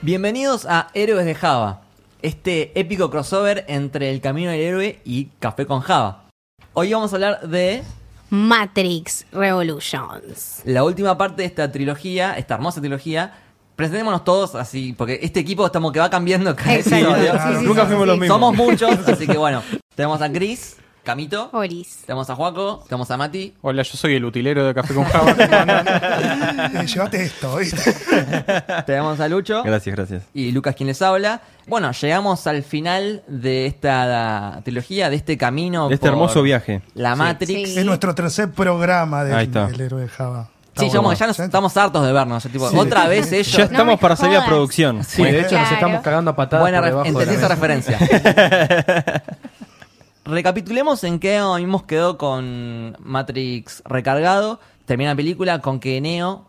Bienvenidos a Héroes de Java, este épico crossover entre El Camino del Héroe y Café con Java. Hoy vamos a hablar de Matrix Revolutions. la última parte de esta trilogía, esta hermosa trilogía. Presentémonos todos así, porque este equipo estamos que va cambiando cada Exacto. episodio. Sí, sí, Nunca sí, fuimos sí, los sí. mismos. Somos muchos, así que bueno. Tenemos a Chris, Camito, Oris. tenemos a Juaco, tenemos a Mati. Hola, yo soy el utilero de Café con Java. Eh, Llévate esto, ¿viste? Tenemos a Lucho. Gracias, gracias. Y Lucas quien les habla. Bueno, llegamos al final de esta trilogía, de este camino. De este por hermoso viaje. La Sí. Matrix. Sí. Es nuestro tercer programa del, Ahí está. del héroe de Java. Está Sí, bueno. digamos que ya nos estamos hartos de vernos. Tipo, Sí. Otra vez Ya ellos. No me estamos para salir a jodas. producción. Sí, de hecho nos Claro. estamos cagando a patadas Buena por re- debajo de la entendí esa mesa. referencia. Recapitulemos en qué habíamos quedado con Matrix recargado. Termina la película con que Neo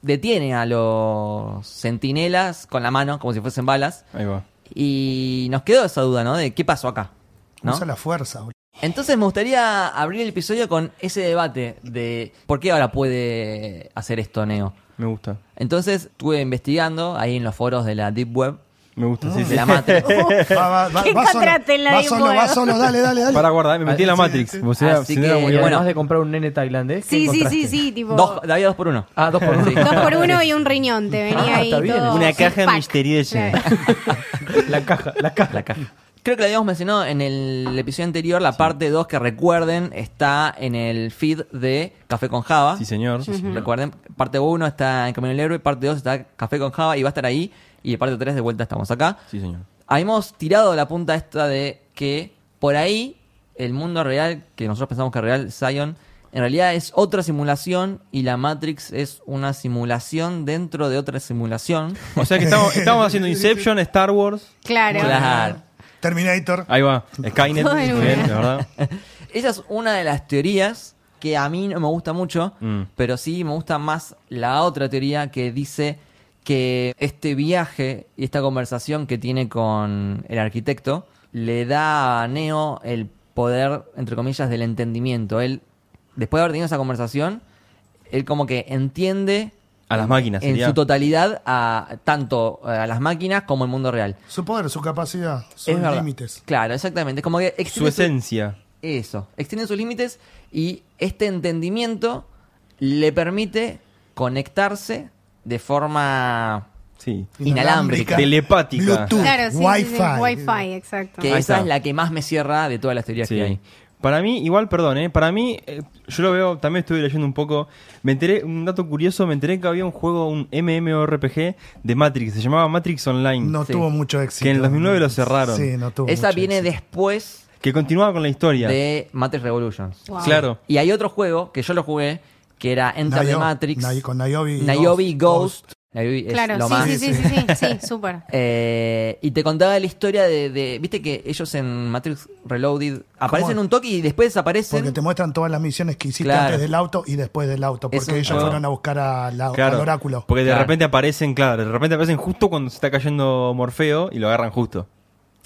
detiene a los centinelas con la mano, como si fuesen balas. Ahí va. Y nos quedó esa duda, ¿no? De qué pasó acá. ¿no? Usa la fuerza, boludo. Entonces me gustaría abrir el episodio con ese debate de por qué ahora puede hacer esto Neo. Me gusta. Entonces estuve investigando ahí en los foros de la Deep Web, Me gusta, de sí, sí. Uh, la Matrix. Va, va, va, ¿Qué va solo, encontraste en la va Deep solo, Web? va solo, dale, dale, dale. Para guardar, me metí en la Sí, Matrix. sí, sí. O sea, Así si no era que, muy Y bueno. además de comprar un nene tailandés. ¿qué Sí, sí, sí, encontraste? sí, tipo. Dos, había dos por uno. Ah, dos por uno. Sí. dos por uno y un riñón te venía Ah, ahí. está bien. todo Una caja pack. misteriosa. Claro. La caja, la caja. La caja. Creo que lo habíamos mencionado en el episodio anterior, la parte 2 que recuerden está en el feed de Café con Java. Sí, señor. Sí, señor. Recuerden, parte 1 está en Camino del Héroe, parte 2 está Café con Java y va a estar ahí. Y de parte 3 de vuelta estamos acá. Sí, señor. Habíamos tirado la punta esta de que por ahí el mundo real, que nosotros pensamos que es real, Zion, en realidad es otra simulación y la Matrix es una simulación dentro de otra simulación. O sea que estamos, estamos haciendo Inception, Star Wars. Claro. Claro. Terminator. Ahí va. Skynet. Todo en Muy una. bien, la verdad. Esa es una de las teorías que a mí no me gusta mucho, Mm. pero sí me gusta más la otra teoría que dice que este viaje y esta conversación que tiene con el arquitecto le da a Neo el poder, entre comillas, del entendimiento. Él, después de haber tenido esa conversación, él como que entiende A las máquinas, en sería. su totalidad a tanto a las máquinas como el mundo real. Su poder, su capacidad, sus Es verdad. límites. Claro, exactamente. Es como que existe Su esencia. eso, extienden sus límites y este entendimiento le permite conectarse de forma... Sí. Inalámbrica. Telepática. Bluetooth, Claro, sí, sí, Wi-Fi. sí, Wi-Fi, exacto. Que Ahí esa está. es la que más me cierra de todas las teorías Sí. que hay. Para mí, igual, perdón, ¿eh? para mí, eh, yo lo veo, también estuve leyendo un poco, me enteré, un dato curioso, me enteré que había un juego, un MMORPG de Matrix, se llamaba Matrix Online, No Sí. tuvo mucho éxito. Que en el 2009 lo cerraron. Sí, no tuvo Esa mucho viene éxito. después que continuaba con la historia. de Matrix Revolutions. Wow. Claro. Y hay otro juego que yo lo jugué, que era Enter the Nayo- Matrix, Nay- con Niobe. y Niobe Ghost. Niobe es Claro, lo sí, más. sí, sí, sí, sí, sí, súper. Eh, y te contaba la historia de, de- Viste que ellos en Matrix Reloaded aparecen un toque y después desaparecen. Porque te muestran todas las misiones que hiciste Claro. antes del auto y después del auto. Es Porque un ellos juego. fueron a buscar a la- Claro, al oráculo. porque de Claro. repente aparecen, claro, de repente aparecen justo cuando se está cayendo Morfeo y lo agarran justo.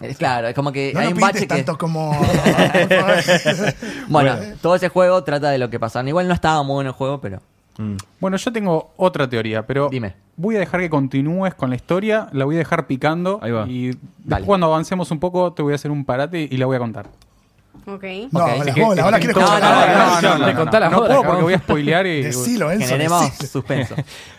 Es claro, es como que No Eh, hay lo un bache pintes que... tanto eh. como... Bueno, todo ese juego trata de lo que pasaron. Igual no estaba muy bueno el juego, pero. bueno, yo tengo otra teoría, pero Dime. voy a dejar que continúes con la historia, la voy a dejar picando Ahí va. y Dale. después cuando avancemos un poco te voy a hacer un parate y la voy a contar. Ok. No, Ok, las así que- bolas, ahora quieres No, escuchar. no, las no, bolas. no, no, Te contá la no joda, puedo cabrón. porque voy a spoilear y Decilo, Enzo, Generemos decilo. suspenso.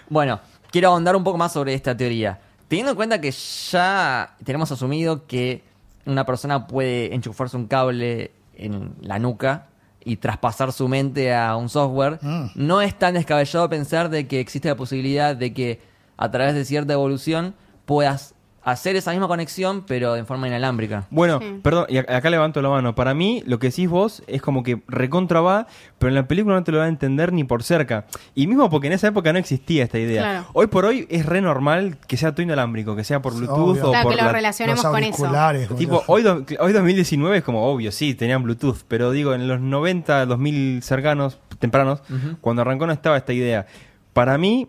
Bueno, quiero ahondar un poco más sobre esta teoría. Teniendo en cuenta que ya tenemos asumido que una persona puede enchufarse un cable en la nuca y traspasar su mente a un software, Mm. no es tan descabellado pensar de que existe la posibilidad de que a través de cierta evolución puedas hacer esa misma conexión, pero de forma inalámbrica. Bueno, Sí. perdón, y a- acá levanto la mano. Para mí, lo que decís vos es como que recontra va, pero en la película no te lo va a entender ni por cerca. Y mismo porque en esa época no existía esta idea. Claro. Hoy por hoy es re normal que sea todo inalámbrico, que sea por Bluetooth Obvio. o Claro, por que lo la- relacionemos Los con eso. auriculares, boludo. Tipo, hoy, do- hoy 2019 es como obvio, sí, tenían Bluetooth, pero digo, en los 90, 2000 cercanos, tempranos, cuando arrancó no estaba esta idea. Para mí,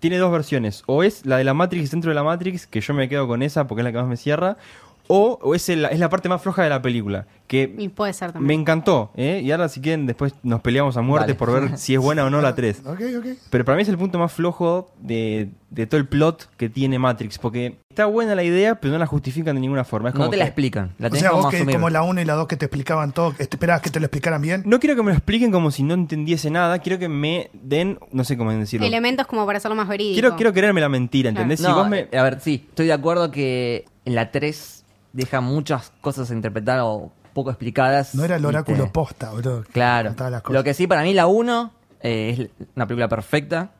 tiene dos versiones. O es la de la Matrix dentro de la Matrix, que yo me quedo con esa porque es la que más me cierra. o, o es, el- es la parte más floja de la película. Y Que puede ser me también. encantó, ¿eh? Y ahora si quieren después nos peleamos a muerte Dale. por ver si es buena o no la 3. Ok, ok. Pero para mí es el punto más flojo de, de todo el plot que tiene Matrix. Porque está buena la idea, pero no la justifican de ninguna forma. Es como No te la que- explican. La O tenés sea, como vos que asumir. como la 1 y la 2 que te explicaban todo, esperabas que te lo explicaran bien. No quiero que me lo expliquen como si no entendiese nada. Quiero que me den, no sé cómo decirlo. Elementos como para hacerlo más verídico. Quiero, quiero creerme la mentira, ¿entendés? No, si vos me... eh, A ver, sí, estoy de acuerdo que en la 3 deja muchas cosas a interpretar o poco explicadas. No era el y oráculo te- posta, boludo. que Claro. contaba las cosas. Lo que sí, para mí la 1 eh, es una película perfecta.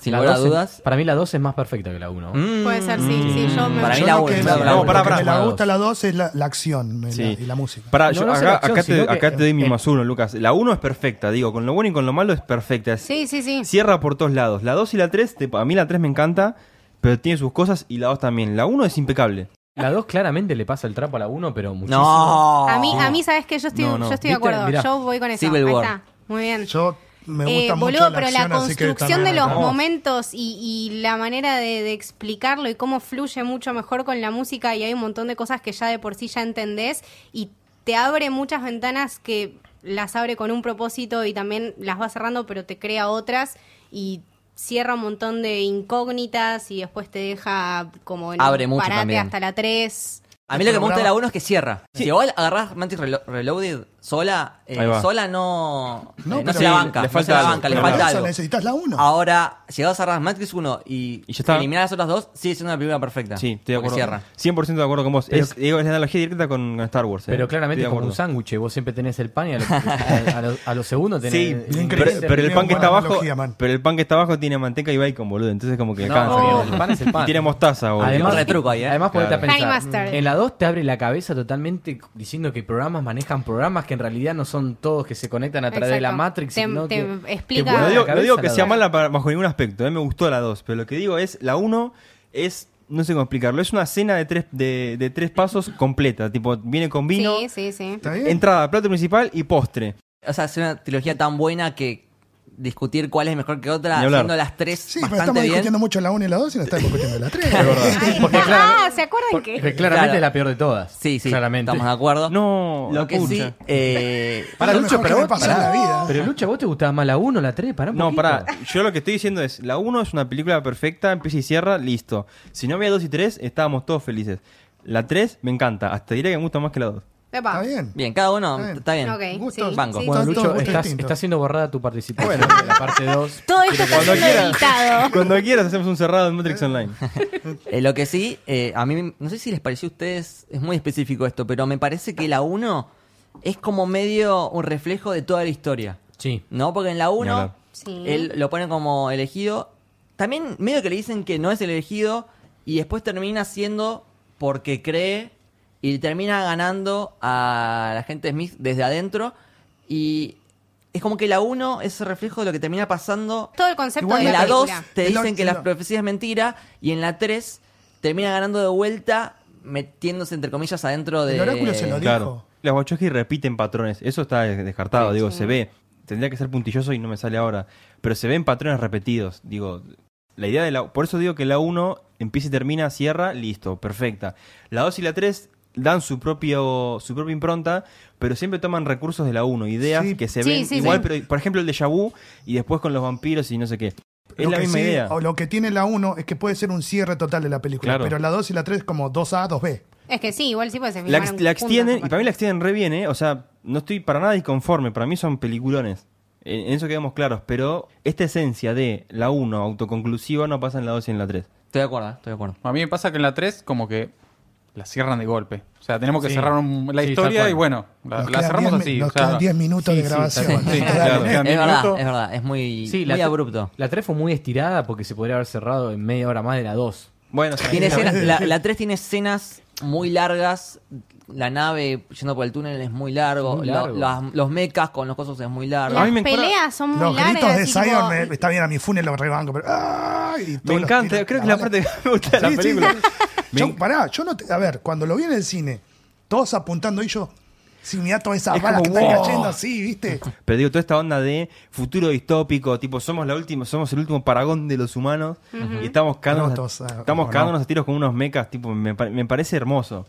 Sin La lugar a dos es- dudas. Para mí la 2 es más perfecta que la 1. Mm, Puede ser, sí, sí, yo me- Para mí Yo la lo 1. que- la- la no, uno. pará, lo que pará. me la La gusta la 2 es la, la acción y, Sí. la, y la música. Pará, No, yo no es acá, la acción, acá te, sino que- acá te doy mi eh, más uno, Lucas. La 1 es perfecta, digo, con lo bueno y con lo malo es perfecta. es- Sí, sí, sí. Cierra por todos lados. La 2 y la 3, a mí la 3 me encanta, pero tiene sus cosas y la 2 también. La 1 es impecable. La 2 claramente le pasa el trapo a la 1, pero muchísimo. No. A mí, a mí sabes que yo estoy, No, no. Yo estoy de ¿Viste? acuerdo. Mirá. Yo voy con eso. Civil Ahí War. está. Muy bien. Yo me Eh, gusta mucho boludo, la pero acción, la así que construcción de también- los No. momentos y, y la manera de, de explicarlo y cómo fluye mucho mejor con la música y hay un montón de cosas que ya de por sí ya entendés y te abre muchas ventanas que las abre con un propósito y también las va cerrando pero te crea otras y cierra un montón de incógnitas y después te deja como en Abre un mucho parate también. hasta la 3. A mí lo que me gusta de la programa- 1 es que cierra. Si vos agarrás Mantis Relo- Reloaded sola, eh, Ahí va. sola no, eh, no, No, pero- se la banca. Le no falta se la algo. banca, le Pero falta Por eso algo. Necesitas la 1. Ahora, llegados a cerrar Matrix 1 y, Y ya está. eliminar las otras dos, sigue siendo una película perfecta. Sí, estoy de Porque acuerdo. Cierra. 100% de acuerdo con vos. es, digo, es la analogía directa con, con Star Wars. eh. Pero Estoy claramente de es como acuerdo. un sándwich, vos siempre tenés el pan y a, lo- a- a lo- a los segundos tenés Sí, el- el bien pero, increíble. pero el Bien, pan que buena está abajo, analogía, man. pero el pan que está abajo tiene manteca y bacon, boludo. Entonces como que No, cansa. amigo, boludo. el pan es el pan. Y tiene mostaza, boludo. Además, Otro truco ahí, ¿eh? además ponete Claro. a Honey pensar. mustard. En la 2 te abre la cabeza totalmente diciendo que programas manejan programas que en realidad no son todos que se conectan a través de la Exacto. Matrix. Te- sino te que explica- vuela no la digo, no cabeza digo la que sea dos. mala para- bajo ningún aspecto, a mí me gustó la 2, pero lo que digo es, la 1 es, no sé cómo explicarlo, es una cena de tres, de, de tres pasos completa, tipo, viene con vino, Sí, sí, sí. ¿Está bien? entrada, plato principal y postre. O sea, es una trilogía tan buena que discutir cuál es mejor que otra, Ni hablar. haciendo las tres Sí, pero bastante estamos bien. discutiendo mucho la 1 y la 2 y no estamos discutiendo la Ahí 3. Porque está. claramente- ah, ¿se acuerdan que? Porque claramente Claro. es la peor de todas. Sí, sí, Claramente. estamos de acuerdo. No, lo la que sí, pucha. eh, Para Lo Lucho, mejor pero que vos, me pasó en pará. la vida. Pero Lucha, ¿vos te gustaba más la 1 o la 3? Pará un No, poquito. pará, yo lo que estoy diciendo es, la 1 es una película perfecta, empieza y cierra, listo. Si no había 2 y 3, estábamos todos felices. La 3 me encanta, hasta diría que me gusta más que la 2. Epa. Está bien. bien, cada uno Está bien. está bien. Ok, Gustos. sí, Banco. sí, Bueno, sí, Son Lucho, todos estás, distintos. está siendo borrada tu participación de la parte 2. Todo esto está Cuando siendo quieras. editado. Cuando quieras hacemos un cerrado en Matrix Online. Eh, lo que sí, eh, a mí, no sé si les pareció a ustedes, es muy específico esto, pero me parece que la 1 es como medio un reflejo de toda la historia. Sí. ¿No? Porque en la Ni 1 hablar. Sí. él lo pone como elegido. También medio que le dicen que no es el elegido y después termina siendo porque cree y termina ganando a la gente Smith desde adentro y es como que la 1 es el reflejo de lo que termina pasando. Todo el concepto Igual de En la, la 2 película. te Es lo- dicen que es la lo- profecía es mentira y en la 3 termina ganando de vuelta metiéndose entre comillas adentro de... El oráculo se lo Claro. dijo. Las Wachowski repiten patrones. Eso está des- descartado, digo, se ve. Tendría que ser puntilloso y no me sale ahora. Pero se ven patrones repetidos. Digo, la idea de la. Por eso digo que la 1 empieza y termina, cierra, listo, perfecta. La 2 y la 3 dan su propio su propia impronta, pero siempre toman recursos de la 1, ideas Sí. que se Sí, ven sí, igual, sí. pero por ejemplo el de vu y después con los vampiros y no sé qué. Es Lo la que misma sí, idea. O lo que tiene la 1 es que puede ser un cierre total de la película. Claro. Pero la 2 y la 3 como 2A, 2B. Es que sí, igual sí puede ser. La, ex- la extienden, y para mí la extienden re bien, ¿eh? O sea, no estoy para nada disconforme, para mí son peliculones. En en eso quedamos claros, pero esta esencia de la 1 autoconclusiva no pasa en la 2 y en la 3. Estoy de acuerdo, estoy de acuerdo. A mí me pasa que en la 3 como que la cierran de golpe. O sea, tenemos que Sí. cerrar un- la Sí, tal historia cual. y bueno, la, Nos la quedan cerramos diez mi- así. nos o sea, quedan diez minutos de sí, grabación. Sí, sí, Claro. claro, quedan Es diez verdad, minutos. es verdad, es muy, Sí, la muy tre- abrupto. La 3 fue muy estirada porque se podría haber cerrado en media hora más de la 2. Bueno, sí, Tiene sí, escenas- la, la 3 tiene escenas muy largas. La nave yendo por el túnel es muy largo. Muy la- largo. las- los mechas con los cosos es muy largo. A mí Las me encuadra- peleas son muy Los largas. gritos de y tipo- Zion, me- está bien, a mi funes lo rebanco. Pero, ¡ah! y todos Me los encanta, tiros, creo que es la bala. parte que me gusta de la Sí, sí, película. sí. Me Yo, en- pará, yo no te- A ver, cuando lo vi en el cine, todos apuntando y yo, si mirá todas esas Es balas ah, que como, están wow. cayendo así, ¿viste? Pero digo, toda esta onda de futuro distópico, tipo, somos la última, somos el último paragón de los humanos y estamos cagándonos, Rotos, ah, estamos o no. cagándonos a tiros con unos mecas, tipo, me, pa- me parece hermoso.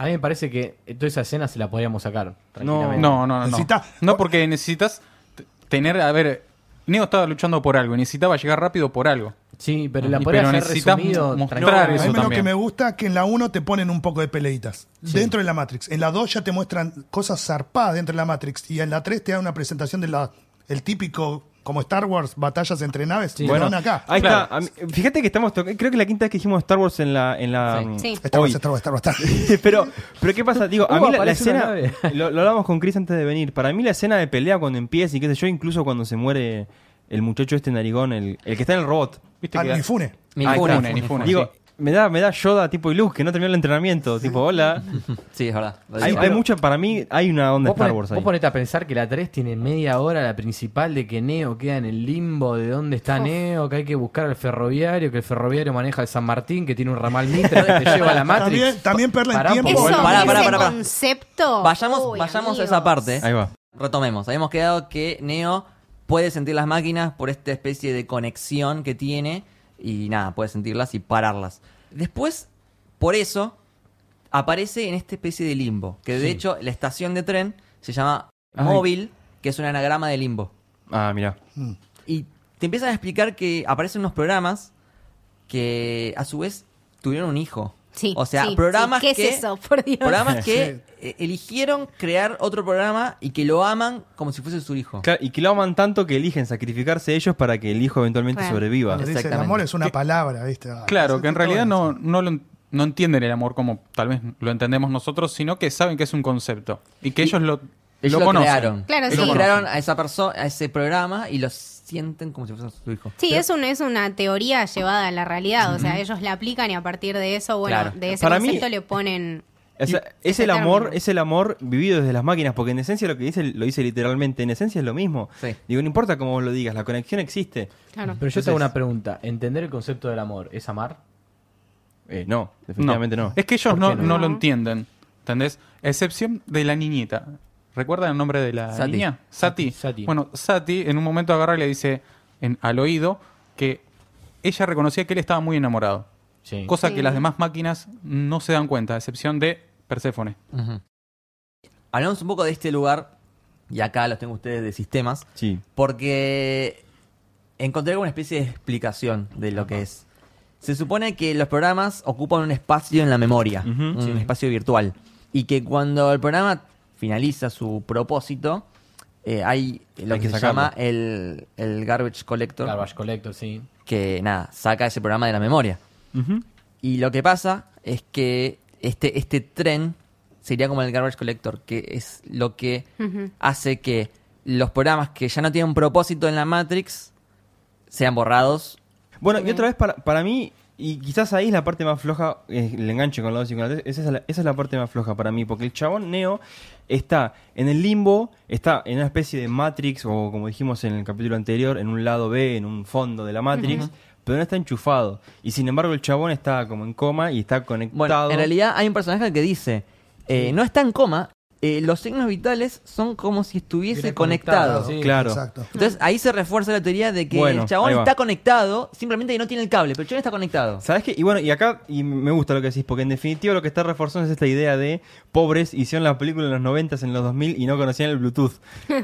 A mí me parece que toda esa escena se la podríamos sacar. No, tranquilamente. No, no, no. Necesita- No, porque necesitas t- tener. A ver, Neo estaba luchando por algo y necesitaba llegar rápido por algo. Sí, pero la Y- podría pero hacer necesitas resumido. mostrar tranquilamente. eso a mí lo también. que me gusta es que en la 1 te ponen un poco de peleitas dentro de la Matrix. En la 2 ya te muestran cosas zarpadas dentro de la Matrix. Y en la 3 te dan una presentación de la el típico, como Star Wars, batallas entre naves. te lo Bueno, dan acá. ahí Claro. está. A mí- Fíjate que estamos. to- Creo que es la quinta vez que dijimos Star Wars en la. En la mm, Sí. Sí. Star Wars, hoy. Star Wars, Star Wars, Star Wars. pero, pero ¿qué pasa? Digo, a mí Uh, la, la aparece una escena. nave. Lo, lo hablábamos con Chris antes de venir. Para mí la escena de pelea cuando empieza y qué sé yo, incluso cuando se muere el muchacho este narigón, el, el que está en el robot. ¿Viste Ah, que- Mifune. Ninguna. Nifune, Nifune. Digo, me da, me da Yoda tipo y Luke que no terminó el entrenamiento. Tipo, hola. Sí, es verdad. Lo Hay, digo. hay mucha, para mí hay una onda Vos, Star pone- Wars ahí. vos ponete a pensar que la 3 tiene media hora, la principal, de que Neo queda en el limbo de dónde está Neo, que hay que buscar al ferroviario, que el ferroviario maneja el San Martín, que tiene un ramal Mitra que te lleva a la También, Matrix. también Perla en Pará, tiempo. ¿eh? Pará, Eso, pará, pará, ese pará. concepto. Vayamos, Uy, vayamos a amigos. esa parte. Ahí va. Retomemos. Habíamos quedado que Neo puede sentir las máquinas por esta especie de conexión que tiene y nada, puede sentirlas y pararlas. Después, por eso, aparece en esta especie de limbo, que de hecho la estación de tren se llama Ay. Móvil, que es un anagrama de limbo. Ah, mira. Y te empiezan a explicar que aparecen unos programas que a su vez tuvieron un hijo. Sí, o sea, sí, programas sí. ¿Qué que es eso? Por Dios. programas que eh, eligieron crear otro programa y que lo aman como si fuese su hijo. Claro, y que lo aman tanto que eligen sacrificarse ellos para que el hijo eventualmente Claro. sobreviva. Nos dice, el Exactamente. amor es una palabra, ¿viste? Ah, Claro, que en está realidad bueno. no, no, lo, en- no entienden el amor como tal vez lo entendemos nosotros, sino que saben que es un concepto y que Y- ellos lo, Ellos lo, conocen. crearon. Claro, Ellos sí. crearon a esa persona, a ese programa y lo sienten como si fuese su hijo. Sí, es, un, es una teoría llevada a la realidad. O sea, ellos la aplican y a partir de eso, bueno, Claro. de ese Para mí- concepto le ponen. O sea, Y- es el ese amor, término. es el amor vivido desde las máquinas, porque en esencia lo que dice, lo dice literalmente, en esencia es lo mismo. Sí. Digo, no importa cómo vos lo digas, la conexión existe. Claro. Pero yo te hago una pregunta. ¿Entender el concepto del amor es amar? Eh, no, No. definitivamente no. Es que ellos ¿Por no, qué no? no? lo entienden. ¿Entendés? Excepción de la niñita. ¿Recuerdan el nombre de la Sati. niña? Sati. Sati. Bueno, Sati en un momento agarra y le dice en, al oído que ella reconocía que él estaba muy enamorado. Sí. Cosa Sí. que las demás máquinas no se dan cuenta, a excepción de Perséfone. Ujú. Hablamos un poco de este lugar, y acá los tengo ustedes de sistemas, Sí. porque encontré una especie de explicación de lo que es. Se supone que los programas ocupan un espacio en la memoria, Ujú. un espacio virtual, y que cuando el programa finaliza su propósito, eh, hay lo Hay que, que se sacarlo. llama el, el garbage collector, Garbage Collector, sí. que nada, saca ese programa de la memoria. Ujú. Y lo que pasa es que este, este tren sería como el garbage collector, que es lo que Ujú. hace que los programas que ya no tienen propósito en la Matrix sean borrados. Bueno, y otra vez para, para mí, y quizás ahí es la parte más floja, eh, el enganche con la 2 y con la 3, esa es la, esa es la parte más floja para mí, porque el chabón Neo está en el limbo, está en una especie de Matrix, o como dijimos en el capítulo anterior, en un lado B, en un fondo de la Matrix, pero no está enchufado. Y sin embargo el chabón está como en coma y está conectado. Bueno, en realidad hay un personaje que dice, eh, no está en coma, eh, los signos vitales son como si estuviese Viene conectado. conectado, sí. claro. Exacto. Entonces ahí se refuerza la teoría de que Bueno, el ahí chabón va. está conectado, simplemente que no tiene el cable, pero el chabón está conectado. ¿Sabes qué? Y bueno, y acá y me gusta lo que decís, porque en definitiva lo que está reforzando es esta idea de pobres hicieron la película en los 90 en los 2000 y no conocían el Bluetooth.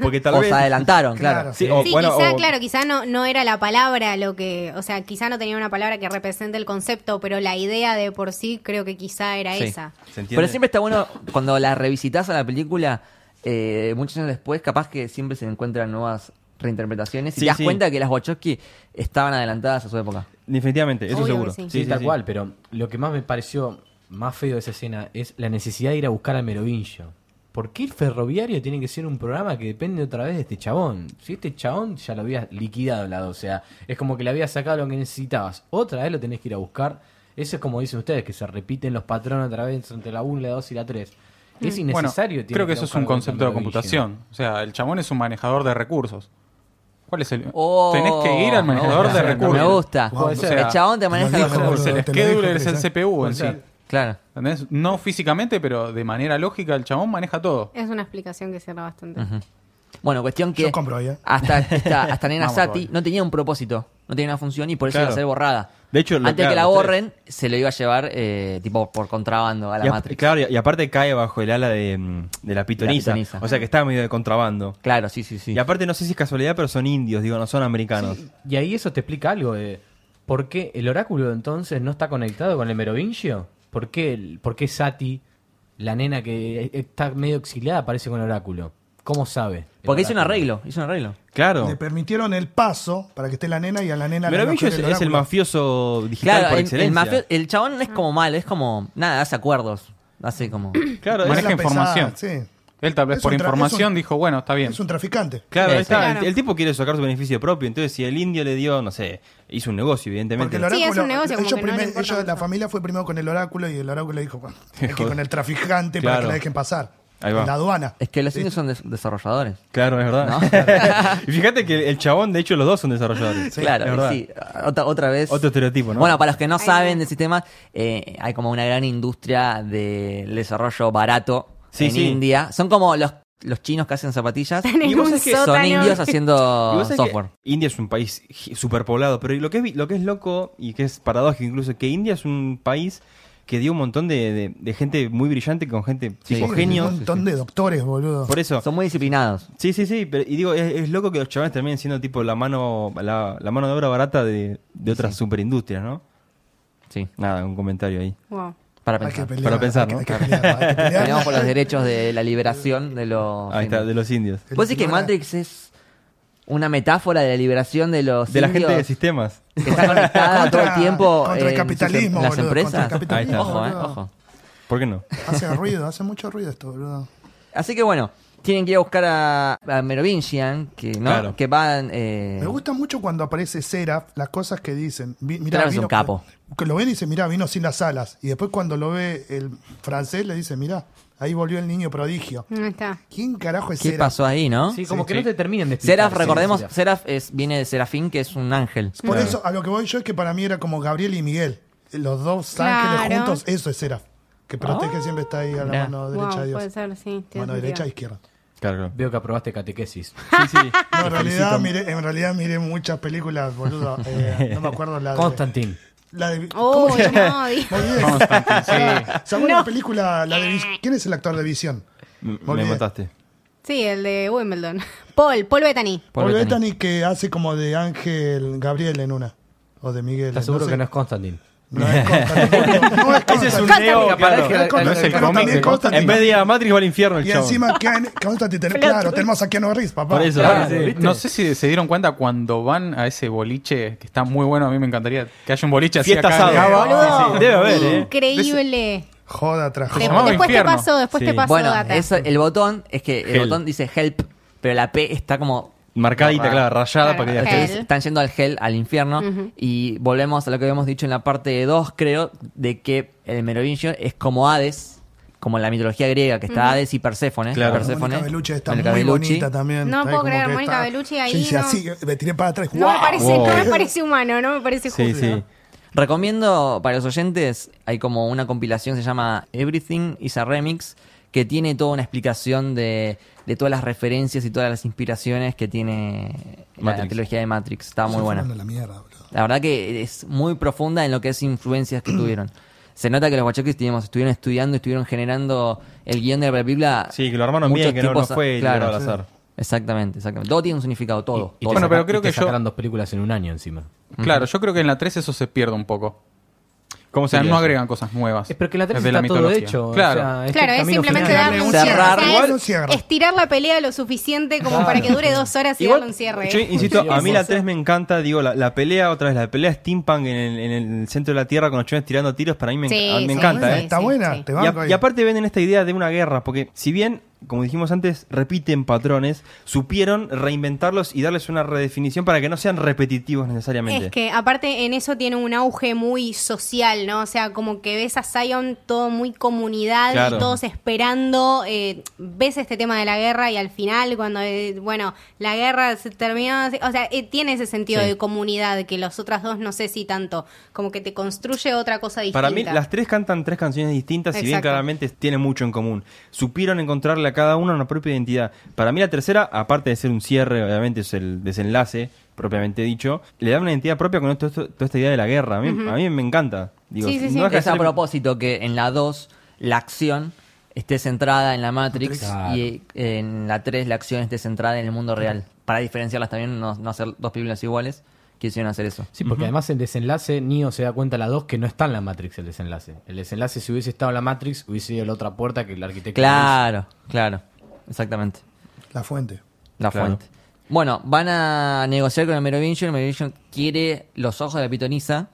Porque tal o vez. se adelantaron, claro. Claro. Sí, o oh, Sí, bueno, quizá, o- claro, quizá no, no era la palabra lo que, o sea, quizá no tenía una palabra que represente el concepto, pero la idea de por sí creo que quizá era Sí. esa. ¿Se entiende? Pero siempre está bueno cuando la revisitas a la película, eh, muchos años después, capaz que siempre se encuentran nuevas reinterpretaciones y Sí, te das sí. cuenta que las Wachowski estaban adelantadas a su época. Definitivamente, eso Obvio que seguro. sí. Sí, tal cual, pero lo que más me pareció más feo de esa escena es la necesidad de ir a buscar al merovingio. ¿Por qué el ferroviario tiene que ser un programa que depende otra vez de este chabón? Si este chabón ya lo había liquidado la 2, o sea, es como que le había sacado lo que necesitabas. Otra vez lo tenés que ir a buscar. Eso es como dicen ustedes, que se repiten los patrones otra vez entre la 1, la 2 y la 3. Es Mm. Bueno, innecesario. tiene creo que ir a eso es buscar un algo concepto de merovingio. computación. O sea, el chabón es un manejador de recursos. ¿Cuál es el...? Oh, Tenés que ir al me manejador gusta, de recursos. Me gusta. Wow, o sea, el chabón te te lo maneja dijo, los recursos. boludo. el Te lo dijo, scheduler es el Chris, ¿eh? CPU en sí. Claro. ¿Entendés? No físicamente, pero de manera lógica, el chabón maneja todo. Es una explicación que cierra bastante. Ujú. Bueno, cuestión que Yo compro ahí, ¿eh? hasta, esta- hasta Nena Vamos, Sati Roy. no tenía un propósito, no tenía una función y por eso Claro. iba a ser borrada. De hecho, lo- antes de que la claro, ustedes- borren, se lo iba a llevar eh, tipo por contrabando a la Y a- Matrix. Claro. Claro, y, y aparte cae bajo el ala de, mm, de la pitonisa. pitonisa. O sea que está medio de contrabando. sí, sí, sí. Y aparte, no sé si es casualidad, pero son indios, digo, no son americanos. Y ahí eso te explica algo de por qué el oráculo entonces no está conectado con el Merovingio. ¿Por qué, el- por qué Sati, la nena que está medio exiliada, aparece con el oráculo? ¿Cómo sabe? el Porque hizo un oráculo? arreglo, hizo un arreglo. Claro. Le permitieron el paso para que esté la nena y a la nena le Merovingo alojaron es, es el oráculo. mafioso digital Claro, por el, excelencia. el, mafio- el chabón no es como malo, es como, nada, hace acuerdos. Hace como... Claro, Es es- la Maneja pesada, información. sí. Él tal vez Es por un tra- es información un- dijo, bueno, está bien. Es un traficante. claro, Eso. está- Claro. El, el tipo quiere sacar su beneficio propio. Entonces, si el indio le dio, no sé, hizo un negocio, evidentemente. Porque el Sí, oráculo, es un negocio, como que ellos no le primer- importa ellos- mucho. la familia fue primero con el oráculo y el oráculo dijo, "Bueno, hay que ir Joder. con el traficante para Claro. que la dejen pasar. Ahí va. En la aduana. Es que los indios son des- desarrolladores. Claro, es verdad. ¿No? y fíjate que el chabón, de hecho, los dos son desarrolladores. Es claro, verdad. y sí. Otra, otra vez. Otro estereotipo, ¿no? Bueno, para los que no Ahí saben va. del sistema, eh, hay como una gran industria del desarrollo barato Sí, en sí. India. Son como los, los chinos que hacen zapatillas. Están en un sabés que son sótano. indios Y haciendo vos sabés Ah, software. que India es un país gi- superpoblado, pero lo que, es, vi- lo que es loco y que es paradójico incluso, que India es un país que dio un montón de, de- de gente muy brillante con gente Sí, tipo sí, genio. Un montón de doctores, boludo. Por eso. Son muy disciplinados. Sí, sí, sí. pero- y digo, es, es loco que los chavales terminen siendo tipo la mano la, la mano de obra barata de, de otras superindustrias, ¿no? Sí, Nada, un comentario ahí. Wow. para Hay pensar. que pelear. Para pensar, hay que- ¿no? hay que pelear, hay que pelear. Peleamos por los derechos de la liberación de los. Ahí está, de los indios. Vos decís que Matrix es una metáfora de la liberación de los. De la indios gente de sistemas. Que está conectada todo el Contra- tiempo. contra el en sus em- capitalismo, las boludo, empresas. contra el capitalismo, ojo, eh, boludo. ojo. ¿Por qué no? Hace ruido, hace mucho ruido esto, boludo. Así que bueno, tienen que ir a buscar a, a Merovingian, que, ¿no? Claro. que van... eh, Me gusta mucho cuando aparece Seraph, las cosas que dicen. Vi- mirá, Claro, es un vino- capo. Que lo ven y dice, mirá, vino sin las alas. Y después cuando lo ve el francés le dice, mirá, ahí volvió el niño prodigio. Ahí está. ¿Quién carajo es ¿Qué Seraph? pasó ahí, no? Sí, como Sí, que sí. no te terminan de explicar. Seraph, recordemos, Sí, sí, sí. Seraph es, viene de Serafín, que es un ángel. Por eso, a lo que voy yo es que para mí era como Gabriel y Miguel. Los dos Claro. ángeles juntos, eso es Seraph. Que protege siempre está ahí a la mirá. mano derecha Wow, de Dios. puede ser, sí. tiene Mano sentido. derecha, e izquierda. Claro. Veo que aprobaste catequesis. claro. Sí, sí. No, en Te realidad, felicito. miré, en realidad miré muchas películas, boludo. Eh, no me acuerdo la de... Constantin. La de ¿cómo Uy, se llama? Oh, no, di- Me olvidé. Constantine, ¿Se acuerdan la película? La de Vis- ¿Quién es el actor de Visión? M- Me, Olvidé. mataste. Sí, el de Wimbledon. Paul, Paul Bettany. Paul Paul Bettany. Bettany que hace como de Ángel Gabriel en una. O de Miguel. ¿Estás seguro sé. que no es Constantin? No es Constantine. No es Ese es un Constantine. neo, claro. Pero No es el pero cómic también de Constantine. En vez de ir a Matrix va al infierno el Y chabón. encima, Keanu- Constantine, tenemos- claro, tenemos a Keanu Reeves, papá. Por eso. Claro, sí. ¿viste? No sé si se dieron cuenta cuando van a ese boliche, que está muy bueno, a mí me encantaría que haya un boliche así Fiesta acá. asado. en Cava. Sí, sí, Debe haber, ¿eh? Increíble. Joda tras Se De- joda. llamaba después te infierno. pasó, después Sí. te pasó, Bueno, Data. eso- el botón es que el Help. botón dice help, pero la P está como... Marcadita, claro, rayada Claro, para que Hell. digas. Ustedes están yendo al hell, al infierno, y volvemos a lo que habíamos dicho en la parte 2, creo, de que el Merovingio es como Hades, como en la mitología griega, que está Hades y Perséfone. Claro. Perséfone, Mónica Bellucci está Mónica muy Bellucci. bonita también. No Está ahí puedo como creer, que Mónica está- Bellucci ahí, Yo hice no. así, me tiré para atrás. No, me ¡guau! parece, Wow. no me parece humano, no me parece justo. Sí, sí. Recomiendo para los oyentes, hay como una compilación, se llama Everything is a Remix, que tiene toda una explicación de, de todas las referencias y todas las inspiraciones que tiene la Matrix. trilogía de Matrix. Está muy Estoy buena. fumando la mierda, boludo. La verdad que es muy profunda en lo que es influencias que tuvieron. Se nota que los guachoques digamos, estuvieron estudiando, estuvieron generando el guión de la película. Sí, que lo armaron muchos bien, que no- no tipos- fue claro, tirado al azar. Exactamente, exactamente. Todo tiene un significado, todo. Y todo. te Bueno, saca- pero creo y te que yo- sacaron dos películas en un año encima. Claro, yo creo que en la 3 eso se pierde un poco. ¿Cómo O sea, sería no eso? agregan cosas nuevas. Es porque la 3 de está todo mitología. hecho. Claro. Claro, es simplemente darle un Cerrar. cierre. O sea, Igual es un cierre. Estirar la pelea lo suficiente como para que dure dos horas y Igual, darle un cierre. Yo ¿eh? insisto, a mí la Sí, 3 me encanta, digo, la, la pelea, otra vez, la pelea steampunk en el, en el centro de la Tierra con los chones tirando tiros, para mí me, enc- Sí, a mí me sí, encanta, Está ¿eh? sí. buena, te Y, a- banco ahí. y aparte venden esta idea de una guerra, porque si bien, como dijimos antes, repiten patrones, supieron reinventarlos y darles una redefinición para que no sean repetitivos necesariamente. Es que aparte en eso tiene un auge muy social, ¿no? O sea, como que ves a Zion todo muy comunidad Claro. y todos esperando, eh, ves este tema de la guerra y al final cuando, eh, bueno, la guerra se terminó, o sea, eh, tiene ese sentido Sí. de comunidad que los otras dos no sé si tanto, como que te construye otra cosa distinta. Para mí, las tres cantan tres canciones distintas, si bien Exacto. claramente tienen mucho en común. Supieron encontrar la, cada una una propia identidad. Para mí la tercera, aparte de ser un cierre, obviamente es el desenlace, propiamente dicho, le da una identidad propia con esto- esto- toda esta idea de la guerra. A mí, a mí me encanta. Digo, Sí, sí, sí. no deja de Es a ser- propósito que en la 2 la acción esté centrada en la Matrix Claro. y eh, en la 3 la acción esté centrada en el mundo real. Para diferenciarlas también, no, no hacer dos películas iguales, quisieron hacer eso. Sí, porque además el desenlace, Neo se da cuenta a la 2 que no está en la Matrix el desenlace. El desenlace, si hubiese estado en la Matrix, hubiese ido a la otra puerta que el arquitecto. Claro, claro, exactamente. La fuente. La Claro. fuente. Bueno, van a negociar con el Merovingian. El Merovingian quiere los ojos de la pitonisa,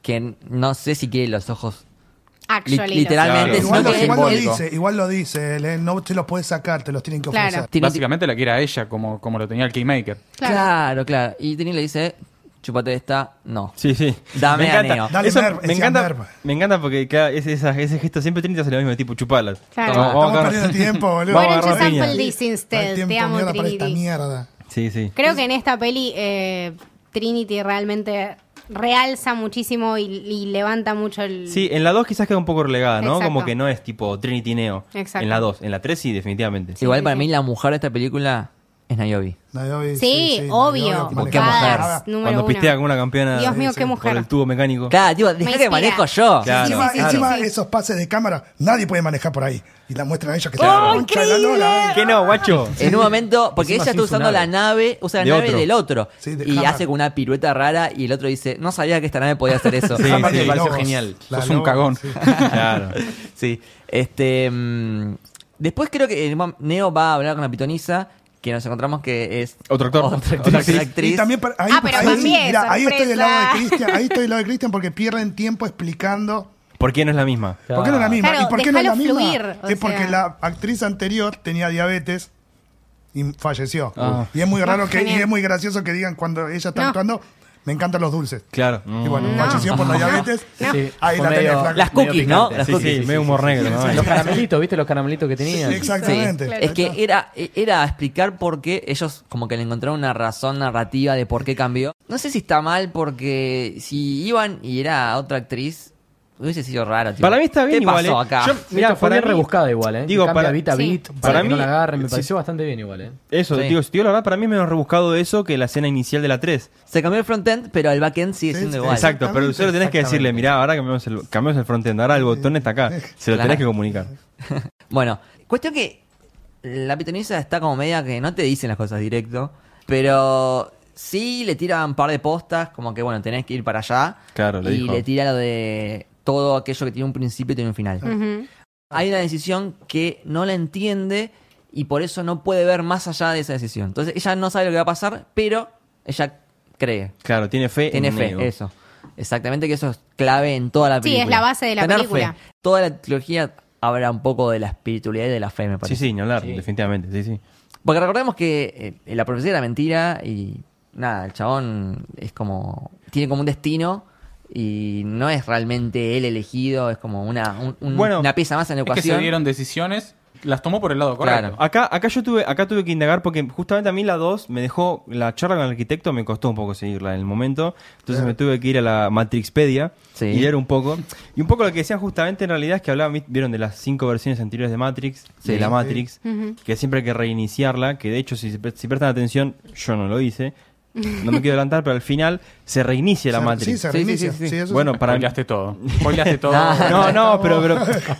que no sé si quiere los ojos li- Actually, literalmente, ojos. sino Igual, que lo, es igual lo simbólico. dice, igual lo dice. él, eh, No te los puedes sacar, te los tienen que Claro. ofrecer. Tiene- Básicamente la quiera a ella, como, como lo tenía el Keymaker. Claro. Claro. claro, Y Tini le dice, chupate esta, no. Sí, sí. Dame a Neo. Dale Eso merva, me, decía encanta merva. me encanta porque cada- ese, esa- ese gesto siempre Trinity hace lo mismo, tipo chupalas. Claro. Toma, vamos a Estamos agarrar- perdiendo tiempo, boludo. Vamos a Why don't you agarrar piña. sample this Al instead? tiempo, Te amo, mierda, para esta Trinity. mierda. Sí, sí. Creo que en esta peli eh, Trinity realmente realza muchísimo y, y levanta mucho el... Sí, en la 2 quizás queda un poco relegada, ¿no? Exacto. Como que no es tipo Trinity Neo. Exacto. En la 2. En la 3 sí, definitivamente. Igual sí, para sí. mí la mujer de esta película es Niobe. Niobe, Sí, obvio. Niobe, Como que qué maneja. mujer. Badass, número Cuando uno. pistea con una campeona Dios mío, sí, qué sí, mujer. por el tubo mecánico. Claro, digo, dejá que inspira. manejo yo. Oh. Claro. encima, sí, sí, encima sí. esos pases de cámara, nadie puede manejar por ahí. Y la muestran a ella que ¡Oh, se concha de la eh. increíble! lora. ¿Qué no, guacho? En un momento, porque Encima ella sin está su usando la nave. nave, usa la De nave otro. del otro. Sí, de y Hammer. hace con una pirueta rara y el otro dice, no sabía que esta nave podía hacer eso. Sí, Jamás sí, de pareció lobos. genial. La Sos un loba, cagón. sí. claro. Sí. Este. mm, después creo que el mam- Neo va a hablar con la pitonisa, que nos encontramos que es. Otro actor. Otra Otra actriz. actriz. actriz. Y también para- ahí, Ah, pero ahí, para sí, mí es mirá, ahí estoy del sorpresa. lado de Cristian, ahí estoy del lado de Cristian porque pierden tiempo explicando ¿Por qué no es la misma? ¿Por qué no es la misma? Claro, ¿Y por qué no es la dejalo misma? fluir, o es porque sea. la actriz anterior tenía diabetes y falleció. Ah. Y es muy raro que, y genial. es muy gracioso que digan cuando ella está No. actuando, me encantan los dulces. Claro. Y bueno, No. falleció por la diabetes. Sí, Ahí fue la medio- tenés, flaco. Las medio cookies, ¿no? picante. Las Sí, cookies. sí, medio humor negro, ¿no? Los caramelitos, ¿viste los caramelitos que tenían? Exactamente. Sí, Es que era, eh, era explicar por qué ellos como que le encontraron una razón narrativa de por qué cambió. No sé si está mal porque si iban y era otra actriz, hubiese sido raro. tipo, Para mí está bien ¿Qué igual, pasó eh? acá? Yo- Mira, Mirá, fue para bien mí- rebuscada igual, ¿eh? Digo, Cambia para- bit a Sí. bit, para, Para que no mí- la agarren, me sí. pareció bastante bien igual, ¿eh? Eso, Sí. digo, tío, la verdad, para mí es menos rebuscado eso que la escena inicial de la 3. Se cambió el frontend, pero el backend sigue Sí, siendo sí, igual. Exacto, pero el usuario tenés que Exactamente. decirle, mirá, ahora cambiamos el, cambiamos el frontend, ahora el botón está acá. Se lo Claro. tenés que comunicar. Bueno, cuestión que la pitonisa está como media que no te dicen las cosas directo, pero sí le tira un par de postas, como que bueno, tenés que ir para allá. Claro, le Y dijo. le tira lo de todo aquello que tiene un principio y tiene un final. Ujú. Hay una decisión que no la entiende y por eso no puede ver más allá de esa decisión. Entonces ella no sabe lo que va a pasar, pero ella cree. Claro, tiene fe Tiene en fe, Neo. eso. Exactamente, que eso es clave en toda la Sí, es película. la base de la Tener película. fe. Toda la trilogía habla un poco de la espiritualidad y de la fe, me Sí, parece. sí, ni hablar, Sí. definitivamente, sí, sí. Porque recordemos que eh, la profecía era mentira y nada, el chabón es como. tiene como un destino y no es realmente él elegido, es como una, un- un- Bueno, una pieza más en la Es que ecuación. se dieron decisiones, las tomó por el lado Claro. correcto. Ah, Acá, acá yo tuve, acá tuve que indagar porque justamente a mí la 2 me dejó, la charla con el arquitecto me costó un poco seguirla en el momento, entonces me tuve que ir a la Matrixpedia Sí. y leer un poco. Y un poco lo que decían justamente en realidad es que hablaban, vi- vieron de las cinco versiones anteriores de Matrix, Sí. de la Matrix, que siempre hay que reiniciarla, que de hecho si, pre- si prestan atención, yo no lo hice, no me quiero adelantar, pero al final se reinicia la Se- Matrix. Sí, se Sí, sí, reinicia. sí, sí. Sí, eso sí. bueno, para Spoileaste todo. Spoileaste todo. No, no, pero, pero,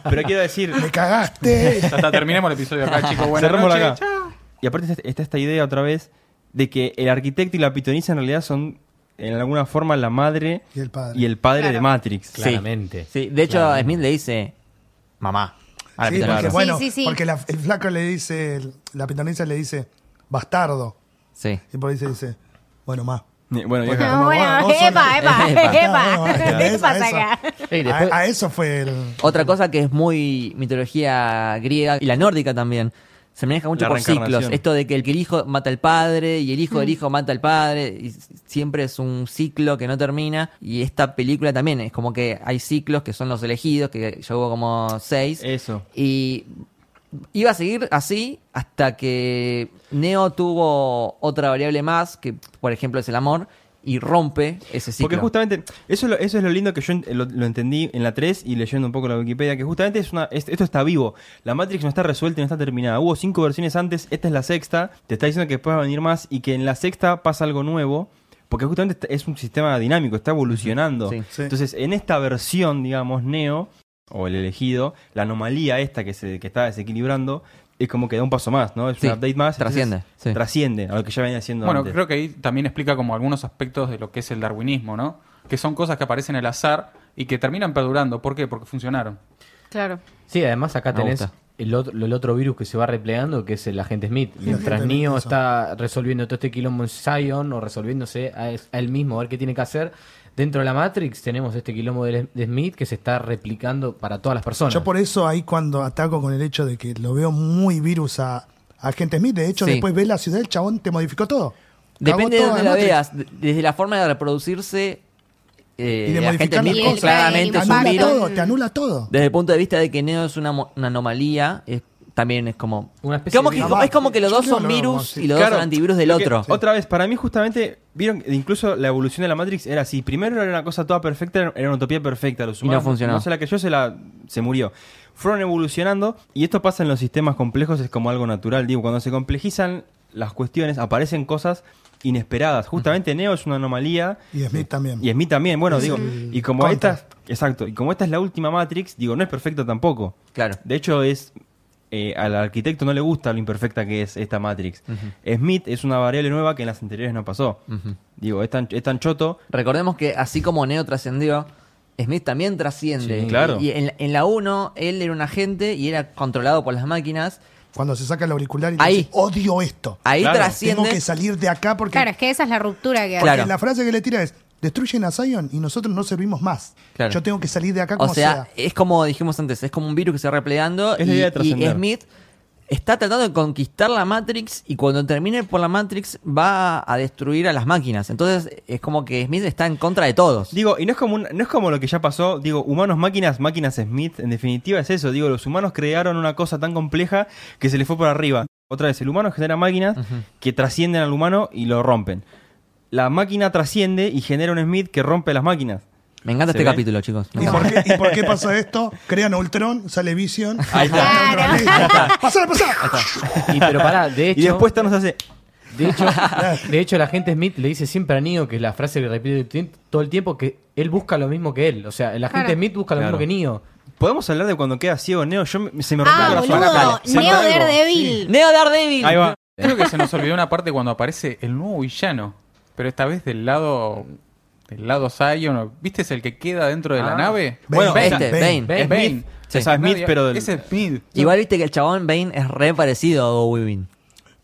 pero quiero decir, Me cagaste. Ya está, terminemos el episodio acá, chicos. Buenas Cerremos noches. acá. Y aparte está- está esta idea otra vez de que el arquitecto y la pitonisa en realidad son en alguna forma la madre Y el padre. y el padre de Matrix. Sí. Claramente. Sí, de hecho, Smith le dice mamá. A la Sí, pitonisa. porque, claro. bueno, Sí, sí, sí. porque la- el flaco le dice, el- la pitonisa le dice, bastardo. Sí. Y por ahí se dice, bueno, ma. Eh, Bueno, Porque vieja, No, como bueno, vos- vos sos epa, la- epa, Claro, epa. claro, ¿Qué esa, pasa esa. acá? Ey, A, después- a eso fue el... Otra cosa que es muy mitología griega y la nórdica también. Se maneja mucho La por ciclos. reencarnación. Esto de que el que el hijo mata al padre y el hijo del hijo mata al padre. Y s- siempre es un ciclo que no termina. Y esta película también es como que hay ciclos que son los elegidos, que ya hubo como seis. eso. Y iba a seguir así hasta que Neo tuvo otra variable más, que por ejemplo es el amor, y rompe ese ciclo. Porque justamente, eso es, lo, eso es lo lindo que yo en- lo, lo entendí en la 3 y leyendo un poco la Wikipedia, que justamente es una, es- esto está vivo. La Matrix no está resuelta y no está terminada. Hubo cinco versiones antes, esta es la sexta, te está diciendo que después va a venir más y que en la sexta pasa algo nuevo. Porque justamente está- es un sistema dinámico, está evolucionando. Sí. Sí. Entonces, en esta versión, digamos, Neo, o el elegido, la anomalía esta que, se, que está desequilibrando, es como que da un paso más, ¿no? Es Sí, un update más. entonces trasciende, sí. Trasciende a lo que ya venía haciendo Bueno, antes. creo que ahí también explica como algunos aspectos de lo que es el darwinismo, ¿no? Que son cosas que aparecen al azar y que terminan perdurando. ¿Por qué? Porque funcionaron. Claro. Sí, además acá Me tenés gusta. el otro, el otro virus que se va replegando, que es el agente Smith. Mientras agente Neo Smith, eso. está resolviendo todo este quilombo en Zion o resolviéndose a, es- a él mismo, a ver qué tiene que hacer. Dentro de la Matrix tenemos este quilombo de, de Smith que se está replicando para todas las personas. Yo por eso ahí cuando ataco con el hecho de que lo veo muy virus a, a gente Smith, de hecho Sí. después ves la ciudad, el chabón te modificó todo. Cagó Depende de toda donde la la Matrix. veas, de- desde la forma de reproducirse, eh, Y de la gente modificar las mismo cosas. claramente es un Anula virus. todo, te anula todo. Desde el punto de vista de que Neo es una, mo- una anomalía, es- también es como... Una especie como de- que- es como que los Yo dos creo son que lo- virus sí. y los dos Claro, son antivirus del lo que- otro. Otra vez, para mí justamente, vieron, que incluso la evolución de la Matrix era así. Primero era una cosa toda perfecta, era una utopía perfecta. Los Y no humanos funcionó. No se la creyó, se, la, se murió. Fueron evolucionando y esto pasa en los sistemas complejos, es como algo natural. Digo, cuando se complejizan las cuestiones, aparecen cosas inesperadas. Justamente Neo es una anomalía. Y Smith también. Y Smith también, bueno, digo, y como Contra. esta, exacto, y como esta es la última Matrix, digo, no es perfecta tampoco. Claro. De hecho, es eh, al arquitecto no le gusta lo imperfecta que es esta Matrix. Smith es una variable nueva que en las anteriores no pasó. Digo, es tan, es tan choto. Recordemos que así como Neo trascendió, Smith también trasciende. Sí, claro. Y en, en la 1, él era un agente y era controlado por las máquinas. Cuando se saca el auricular y Ahí. ahí. odio esto. Ahí Claro, trasciende. Tengo que salir de acá porque, Claro, es que esa es la ruptura que hay. porque Claro. la frase que le tira es, destruyen a Zion y nosotros no servimos más. Claro. Yo tengo que salir de acá como O sea, sea. es como dijimos antes, es como un virus que se va replegando Es y, la idea de y trascender. Smith está tratando de conquistar la Matrix y cuando termine por la Matrix va a destruir a las máquinas. Entonces es como que Smith está en contra de todos. Digo, y no es como un- no es como lo que ya pasó, digo, humanos, máquinas, máquinas Smith, en definitiva es eso, digo, los humanos crearon una cosa tan compleja que se les fue por arriba. Otra vez, el humano genera máquinas que trascienden al humano y lo rompen. La máquina trasciende y genera un Smith que rompe las máquinas. Me encanta ¿Se este ve? capítulo, chicos. Me ¿Y encanta. por, qué, ¿Y por qué pasa esto? Crean a Ultron, sale Vision. Ahí está. crean a Ultron, listo. Pasala, pasala. Y, pero pará, Ah, de hecho, Y después Thanos hace. de, hecho, de hecho, el agente Smith le dice siempre a Neo, que es la frase que repite ti- todo el tiempo, que él busca lo mismo que él. O sea, el agente Claro. Smith busca lo Claro. mismo que Neo. ¿Podemos hablar de cuando queda ciego Neo? Yo me- se me rompió Ah, el corazón. boludo. Dale, Neo salta algo. Daredevil. Neo Daredevil. Ahí va. Creo que se nos olvidó una parte cuando aparece el nuevo villano, pero esta vez del lado del lado Zion, o- ¿viste? Es el que queda dentro de la Ah. nave. Bueno, Bane, este, Bane. Bane. Bane. Es Bane. Sí. Esa es Smith, Nadie- pero del- Ese es Smith. Igual viste que el chabón Bane es re parecido a Hugo Weaving.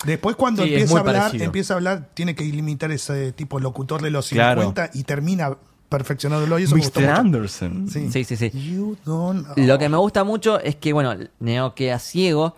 Después cuando Sí, es empieza muy a hablar, parecido. empieza a hablar, tiene que limitar ese tipo locutor de los Claro. 50 y termina perfeccionándolo y eso me gustó Mr. mucho. Anderson. Sí. Sí, sí, sí. You don't know. Lo que me gusta mucho es que, bueno, Neo queda ciego,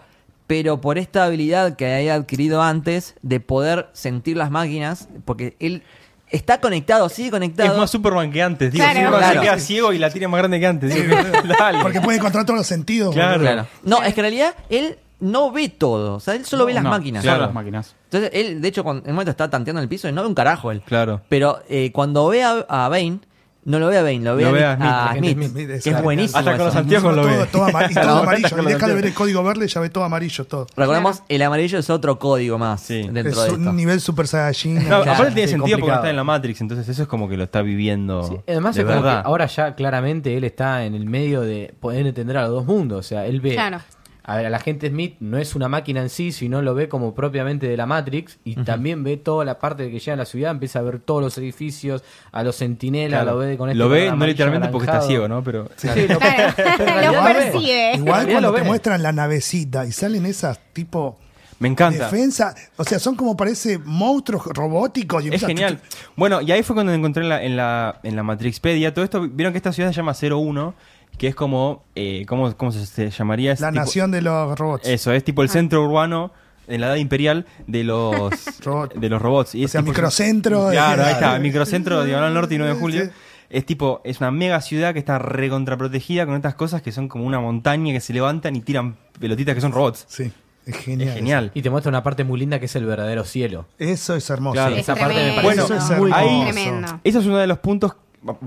pero por esta habilidad que había adquirido antes de poder sentir las máquinas, porque él está conectado, sigue conectado. Es más Superman que antes, digo. Claro. Superman Claro. se queda ciego y la tiene más grande que antes. digo. Porque Dale. puede encontrar todos los sentidos. boludo. Claro. Claro. No, es que en realidad él no ve todo, o sea, él solo ve las No, Ah, máquinas. solo Claro. las máquinas. Entonces, él, de hecho, cuando- en un momento está tanteando en el piso y no ve un carajo él. Claro. Pero eh, cuando ve a, a Bane, no lo ve a Bane, lo ve Lo a, ve Nick- a Smith, a la gente Smith, Smith, Smith, que es exacto. buenísimo. Hasta con eso. los anteojos lo todo, ve. todo amar- y todo Hasta amarillo. con Y los deja de ver anteojos. el código verde, ya ve todo amarillo, todo. Recordemos, el amarillo es otro código más Sí. dentro Es de un esto. nivel super saiyajin. No, Claro, aparte tiene sí, sentido porque no complicado. está en la Matrix, entonces eso es como que lo está viviendo. Sí, además, de es como que verdad. ahora ya claramente él está en el medio de poder entender a los dos mundos. O sea, él ve. Claro. A ver, a la gente Smith no es una máquina en sí, sino lo ve como propiamente de la Matrix y también ve toda la parte de que llega a la ciudad, empieza a ver todos los edificios, a los centinelas, Claro. lo ve con este Lo ve, color no literalmente amarillo porque está anaranjado. ciego, ¿no? Pero. Sí, lo- Claro. lo Igual- percibe. Igual Ya cuando lo te ve. muestran la navecita y salen esas tipo Me encanta. defensa, o sea, son como parece monstruos robóticos. Y Es empiezan- genial. Bueno, y ahí fue cuando encontré en la, en la, en la Matrixpedia todo esto. Vieron que esta ciudad se llama 01, que es como. eh, ¿cómo, cómo se, se llamaría? Es La tipo- nación de los robots. Eso, es Ah. tipo el centro urbano en la edad imperial de los, Robot. de los robots. Y O es sea, tipo- microcentro de- Claro, ahí está, microcentro diagonal norte y 9 de julio. Sí. Es tipo, es una mega ciudad que está recontraprotegida con estas cosas que son como una montaña que se levantan y tiran pelotitas que son robots. Sí. Es genial. es genial. Y te muestra una parte muy linda que es el verdadero cielo. Eso es hermoso. Claro. Es Esa parte me tremendo. parece Eso es muy hermoso. tremendo. Ese es uno de los puntos,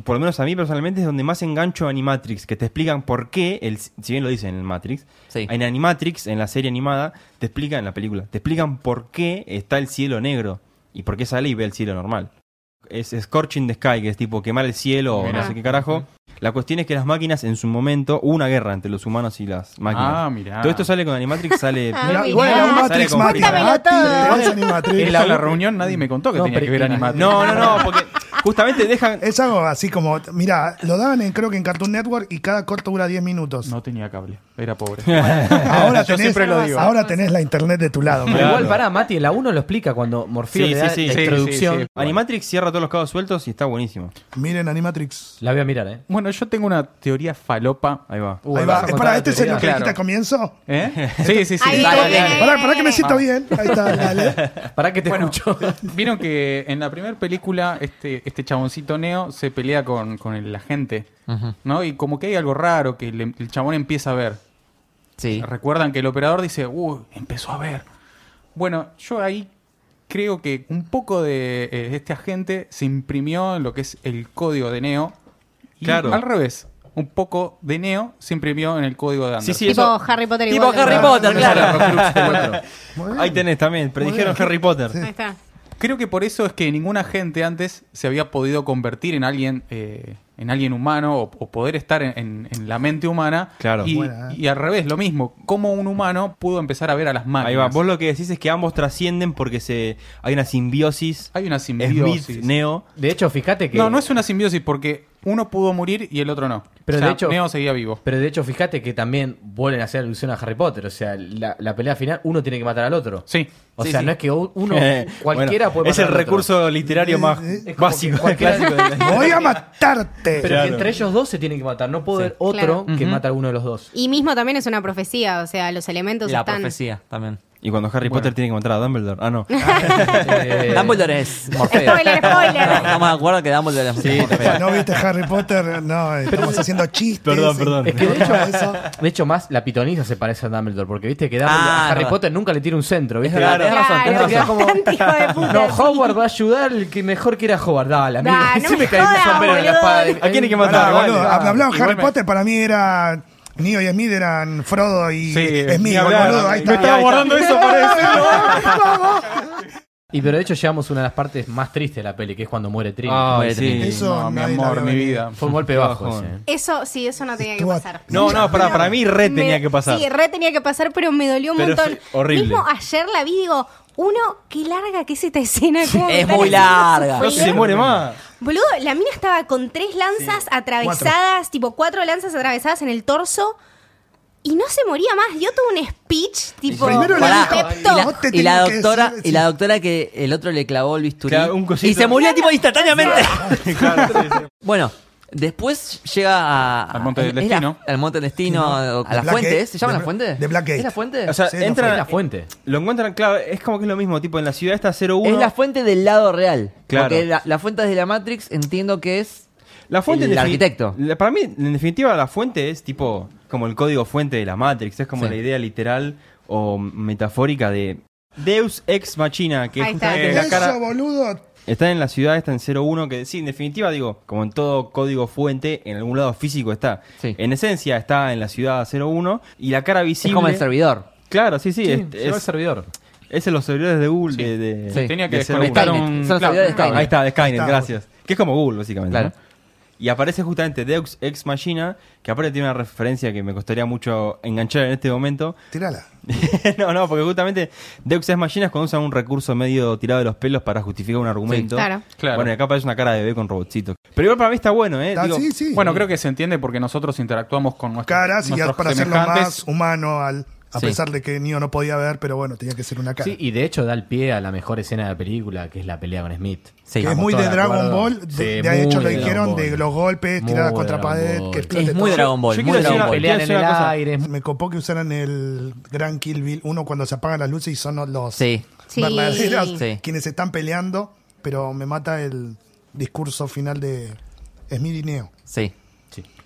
por lo menos a mí personalmente, es donde más engancho a Animatrix, que te explican por qué, el, si bien lo dicen en el Matrix, Sí. en Animatrix, en la serie animada, te explican, en la película, te explican por qué está el cielo negro y por qué sale y ve el cielo normal. Es Scorching the Sky, que es tipo quemar el cielo o no Mirá. sé qué carajo. La cuestión es que las máquinas en su momento hubo una guerra entre los humanos y las máquinas. Ah, mirá. Todo esto sale con Animatrix, sale... Ah, mira. Bueno, Sale Matrix, con Matrix. Frida. Matrix, tenés Animatrix. En la, la reunión nadie me contó que No, tenía pero- que ver y- animatrix. No, no, no, porque justamente dejan... Es algo así como, mira, lo daban en, creo que en Cartoon Network y cada corto dura 10 minutos. No tenía cable. Era pobre. Ahora Yo tenés, siempre lo digo. ahora tenés la internet de tu lado. Pero Claro. Igual, pará, Mati, en la 1 lo explica cuando Morfeo Sí, le da sí, sí. la Sí, introducción. sí, sí. Animatrix cierra todos los cabos sueltos y está buenísimo. Miren Animatrix. La voy a mirar, ¿eh? Bueno, yo tengo una teoría falopa. Ahí va. Uh, Ahí vas va. a Eh, contar pará, la este es el teoría. que Claro. dijiste al comienzo. ¿Eh? Sí, sí, sí. Ahí Dale, viene, dale. ahí Pará, pará que me viene. siento bien. Ahí está, dale. ¿Para que te Bueno, escucho? Vieron que en la primera película este, este chaboncito Neo se pelea con, con el agente, Ujú. ¿no? Y como que hay algo raro que le- el chabón empieza a ver. Sí. Recuerdan que el operador dice, uh, empezó a ver. Bueno, yo ahí creo que un poco de eh, este agente se imprimió en lo que es el código de Neo. Y Claro. al revés, un poco de Neo se imprimió en el código de Anderson. Sí, Tipo eso- Harry Potter y Tipo Voldemort. Harry Potter, claro. claro. Muy bien. Ahí tenés también, predijeron Harry Potter. Ahí está. Creo que por eso es que ningún agente antes se había podido convertir en alguien, eh, en alguien humano o, o poder estar en, en- en la mente humana. Claro. Y, Buena, eh. y al revés, lo mismo. ¿Cómo un humano pudo empezar a ver a las máquinas? Ahí va. Vos lo que decís es que ambos trascienden porque se hay una simbiosis. Hay una simbiosis. Smith, Neo. De hecho, fíjate que. No, no es una simbiosis porque uno pudo morir y el otro no. Pero O sea, de hecho- Neo seguía vivo. Pero de hecho, fíjate que también vuelven a hacer alusión a Harry Potter. O sea, la, la pelea final, uno tiene que matar al otro. Sí. O Sí, sea, sí. no es que u- uno, Eh, cualquiera bueno, puede Es el matar al otro. recurso literario más como básico. que cualquiera- clásico de la- Voy a matarte. Pero Claro. que entre ellos dos se tienen que matar. No puede haber otro Claro. que Ujú. mata a uno de los dos. Y mismo también es una profecía, o sea, los elementos La están. profecía también. Y cuando Harry Potter tiene que encontrar a Dumbledore. Ah, no. Eh, Dumbledore es Morfeo. Spoiler, spoiler. No, Estamos de acuerdo que Dumbledore es Morfeo. Si no viste Harry Potter, no, estamos haciendo chistes. Perdón, perdón. Es que de Corta hecho, eso. de hecho, más la pitonisa se parece a Dumbledore. Porque viste que Dumbledore- Ah, a Harry verdad. Potter nunca le tira un centro. ¿viste? Claro. Tenés razón, tenés Claro, razón. como- bastante hijo de puta. No, sí. Howard va a ayudar el que mejor quiera Howard. Dale, amigo. Nah, no Se me cae un jodas, sombrero en la espada. boludo. ¿A quién hay que matar? Pará, Dale, boludo, dale. hablaba de Igual Harry me- Potter, para mí era. Neo y Smith eran Frodo y Sí, Smith, ni hablar. boludo. Ahí Me estaba está. guardando eso para decirlo. Y pero de hecho llegamos a una de las partes más tristes de la peli, que es cuando muere Trini. Ay, Trini. sí. Eso no, mi nadie la amor, vio mi venir. vida. Fue un golpe Ah, Qué bajo bajón. ese. Eso sí, eso no tenía que Estuvo- pasar. No, no, para, para mí re Me- tenía que pasar. Sí, re tenía que pasar, pero me dolió un Pero montón. es horrible. Mismo ayer la vi, digo, uno, qué larga que es esta escena. cómo me es están muy haciendo larga. No sufrir. se muere más. Boludo, la mina estaba con tres lanzas atravesadas, tipo cuatro lanzas atravesadas en el torso. Y no se moría más, dio todo un speech, tipo, Primero le un Pará, dijo, pep talk. y la, No te y la tengo que doctora decir, y la doctora que el otro le clavó el bisturí Claro, un cosito. y se murió tipo instantáneamente Claro, sí, sí. bueno después llega a- Al Monte es- del es la- Destino. al monte del destino a las Black Gate. fuentes se llama De la fuente ¿eh? Bla- de Black Gate. es la fuente O sea, Sí, no entran. Es la fuente. Lo encuentran, claro, es como que es lo mismo, tipo en la ciudad está 01. es la fuente del lado real Claro. porque la, la fuente de la Matrix entiendo que es La fuente El en defini- arquitecto. la- para mí, en definitiva, la fuente es tipo como el código fuente de la Matrix. Es como Sí. la idea literal o metafórica de Deus ex machina, que es Ahí está. justamente Eh, la cara. Eso, boludo. Está en la ciudad, está en 01, que sí, en definitiva, digo, como en todo código fuente, en algún lado físico está. Sí. En esencia está en la ciudad 01 y la cara visible. es como el servidor Claro, sí, sí. Sí, es, se va al es- servidor. es en los servidores de Google. Sí. De, de- Sí. Tenía que de 01. desconectar Skynet. un... Son las habilidades de un cable. Ahí está, de Skynet, Ahí está. gracias. Que es como Google, básicamente. Claro. ¿no? Y aparece justamente Deux Ex Machina, que aparte tiene una referencia que me costaría mucho enganchar en este momento. Tírala. Eh, no, no, porque justamente Deux Ex Machina es cuando usan un recurso medio tirado de los pelos para justificar un argumento. claro. Claro. Bueno, y acá aparece una cara de bebé con robotcitos. Pero igual para mí está bueno, ¿eh? Está- Digo, sí, sí. Bueno, creo que se entiende porque nosotros interactuamos con nuestros, Caras y nuestros para hacerlo semejantes. más humano, al, a Sí. pesar de que Neo no podía ver, pero bueno, tenía que ser una cara. Sí, y de hecho da el pie a la mejor escena de la película, que es la pelea con Smith. Sí. Que es Estamos muy de todos de Dragon acuerdo. Ball. Sí, De, de hecho, muy lo de dijeron Dragon de Ball. los golpes, Muy tiradas contra Dragon pared. Ball. Que Es explote es muy todo. Dragon Ball Yo muy quiero decir Dragon una Ball pelea- Pelean en decir el una cosa. aire. Me copó que usaran el Gran Kill Bill uno cuando se apagan las luces y son los- los sí Sí. verdaderos Sí. quienes están peleando, pero me mata el discurso final de Smith y Neo. sí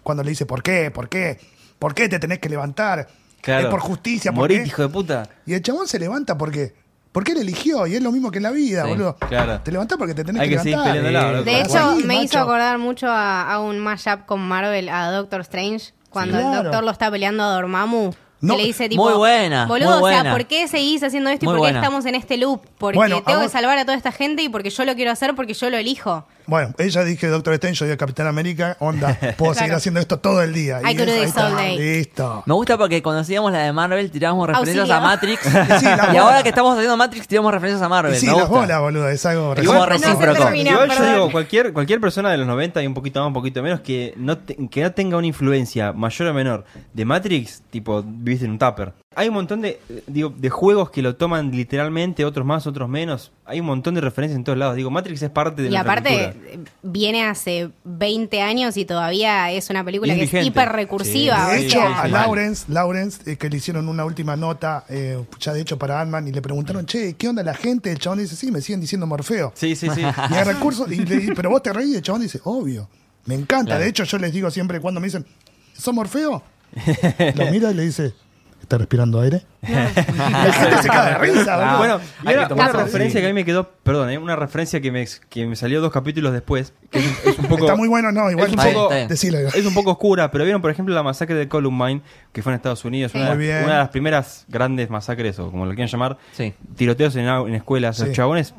Cuando le dice, ¿por qué? ¿Por qué? ¿Por qué te tenés que levantar? Claro. Es por justicia, ¿por Morite, qué? hijo de puta. Y el chabón se levanta porque. Porque él eligió, y es lo mismo que en la vida, Sí, boludo. claro. Te levantás porque te tenés Hay que, que seguir levantar. peleando la De hecho, Guarí, me hizo macho. acordar mucho a, a un mashup con Marvel, a Doctor Strange, cuando el Claro. doctor lo está peleando a Dormammu. No, que le dice tipo, muy buena, boludo, muy o sea, buena. ¿por qué seguís haciendo esto y Muy por qué buena. estamos en este loop? Porque Bueno, a tengo que vos- salvar a toda esta gente y porque yo lo quiero hacer porque yo lo elijo. Bueno, ella dije Doctor Strange, yo dije Capitán América, onda, puedo seguir Claro. haciendo esto todo el día. I Y could do ahí this está, all day. Listo. Me gusta porque cuando hacíamos la de Marvel tirábamos referencias a Auxilio. Matrix. Sí, la y bola. ahora que estamos haciendo Matrix tiramos referencias a Marvel. Y sí, me las gusta. bolas, boludo, es algo Y como No se recíproco. termina, Igual yo perdón. digo, cualquier, cualquier persona de los 90 y un poquito más, un poquito menos, que no, te- que no tenga una influencia mayor o menor de Matrix, tipo, viviste en un tupper. Hay un montón de, eh, digo, de juegos que lo toman literalmente, otros más, otros menos. Hay un montón de referencias en todos lados. Digo, Matrix es parte de Y nuestra aparte, cultura. eh, viene hace 20 años y todavía es una película Y es que es vigente. hiper recursiva. De Sí, hecho, sí, a sí. Lawrence, Lawrence, eh, que le hicieron una última nota, eh, ya de hecho para Ant-Man, y le preguntaron, che, ¿qué onda la gente? El chabón dice, sí, me siguen diciendo Morfeo. Sí, sí, sí. Y hay recursos, y le- pero vos te reís, y el chabón dice, obvio, me encanta. Claro. De hecho, yo les digo siempre cuando me dicen, ¿sos Morfeo? Lo mira y le dice, ¿está respirando aire? La gente se cae de risa, boludo. Ah, bueno, y hay ahora que una tomarlo así. referencia que a mí me quedó, perdón, eh, una referencia que me, que me salió dos capítulos después, que es, un- es un poco... Está muy bueno, no, igual es un Está bien, poco- está bien. decilo, digo. es un poco oscura, pero vieron, por ejemplo, la masacre de Columbine, que fue en Estados Unidos, una, Muy de, bien. una de las primeras grandes masacres, o como lo quieran llamar, Sí. tiroteos en, en escuelas. Sí. Los chabones,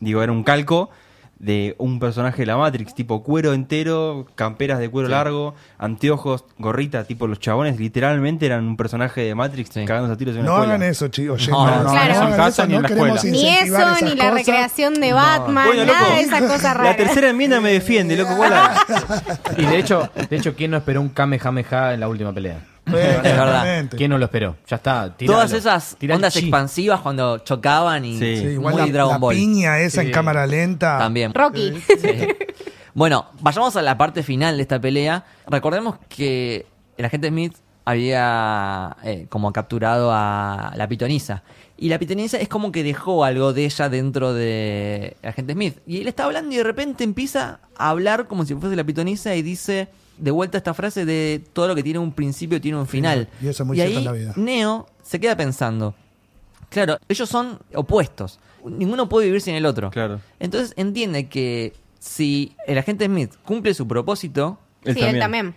digo, era un calco de un personaje de la Matrix, tipo cuero entero, camperas de cuero largo, anteojos, gorrita, tipo los chabones literalmente eran un personaje de Matrix Sí. cagándose a tiros en una No escuela. hagan eso, chicos. No, no, no, Claro. no hagan en eso, casa ni en la queremos escuela. Ni eso, incentivar ni esas la cosas. recreación de Batman, Bueno, nada loco, de esas cosas raras. La tercera enmienda me defiende, loco. ¿cuál la- Y de hecho, de hecho, ¿quién no esperó un Kamehameha en la última pelea? Eh, Es verdad. claramente. ¿Quién no lo esperó? Ya está. tiralo. Todas esas Tirá el ondas chi. expansivas cuando chocaban y Sí. Sí, igual muy la, Dragon la Ball piña esa en cámara lenta. también. Rocky. Bueno, vayamos a la parte final de esta pelea. Recordemos que el agente Smith había eh, como capturado a la pitonisa. Y la pitonisa es como que dejó algo de ella dentro de el agente Smith. Y él está hablando y de repente empieza a hablar como si fuese la pitonisa y dice de vuelta esta frase de todo lo que tiene un principio tiene un final. Y eso es muy cierto ahí en la vida. Neo se queda pensando. Claro, ellos son opuestos. Ninguno puede vivir sin el otro. Claro. Entonces entiende que si el agente Smith cumple su propósito, sí, él también.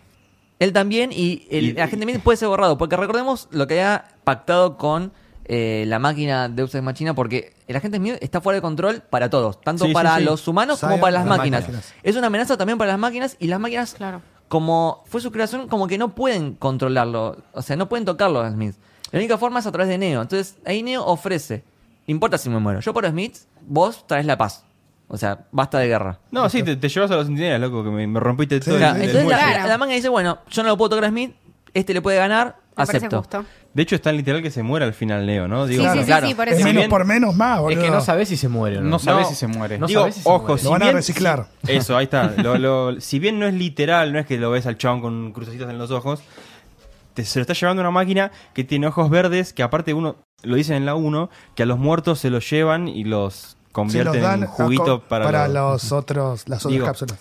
él también y el, Y- el agente Smith puede ser borrado. Porque recordemos lo que había pactado con eh, la máquina de Ex Machina, porque el agente Smith está fuera de control para todos, tanto Sí, sí, para sí. los humanos como Cyan, para las las máquinas. máquinas. Es una amenaza también para las máquinas y las máquinas, Claro. como fue su creación, como que no pueden controlarlo, o sea, no pueden tocarlo a Smith. La única forma es a través de Neo. Entonces ahí Neo ofrece, "No importa si me muero, yo por Smith, vos traes la paz. O sea, basta de guerra. No, sí, te, te llevas a los centinelas, loco, que me, me rompiste todo. Sí, el- Claro, sí, el sí. entonces muelle. la, Claro. la manga dice, bueno, yo no lo puedo tocar a Smith, este le puede ganar, Me parece acepto. justo. De hecho, es tan literal que se muere al final Neo, ¿no? Sí, Digo, sí, sí, claro. sí, por Es eso. menos bien. por menos más, boludo. Es que no sabés si se muere o no. No sabés No. si se muere. No digo, sabés si se ojo, muere. si Lo van a bien- reciclar. Eso, ahí está. Lo, lo- si bien no es literal, no es que lo ves al chabón con crucecitos en los ojos, te- se lo está llevando una máquina que tiene ojos verdes, que aparte uno, lo dicen en la 1, que a los muertos se los llevan y los Se los convierten dan en a juguito co- para, para los- los otros, las otras Digo, cápsulas.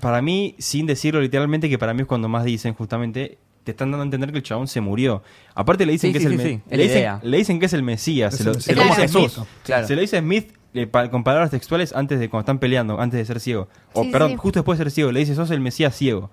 Para mí, sin decirlo literalmente, que para mí es cuando más dicen justamente... Te están dando a entender que el chabón se murió. Aparte le dicen Sí, que sí, es el sí, me- sí, es le, la dicen, idea. le dicen que es el Mesías. Es se lo, el se lo Mesías. dice Claro. Smith. Claro. Se lo dice Smith eh, pa- con palabras textuales antes de cuando están peleando, antes de ser ciego. O Sí, sí, perdón, sí. justo después de ser ciego, le dice, sos el Mesías ciego.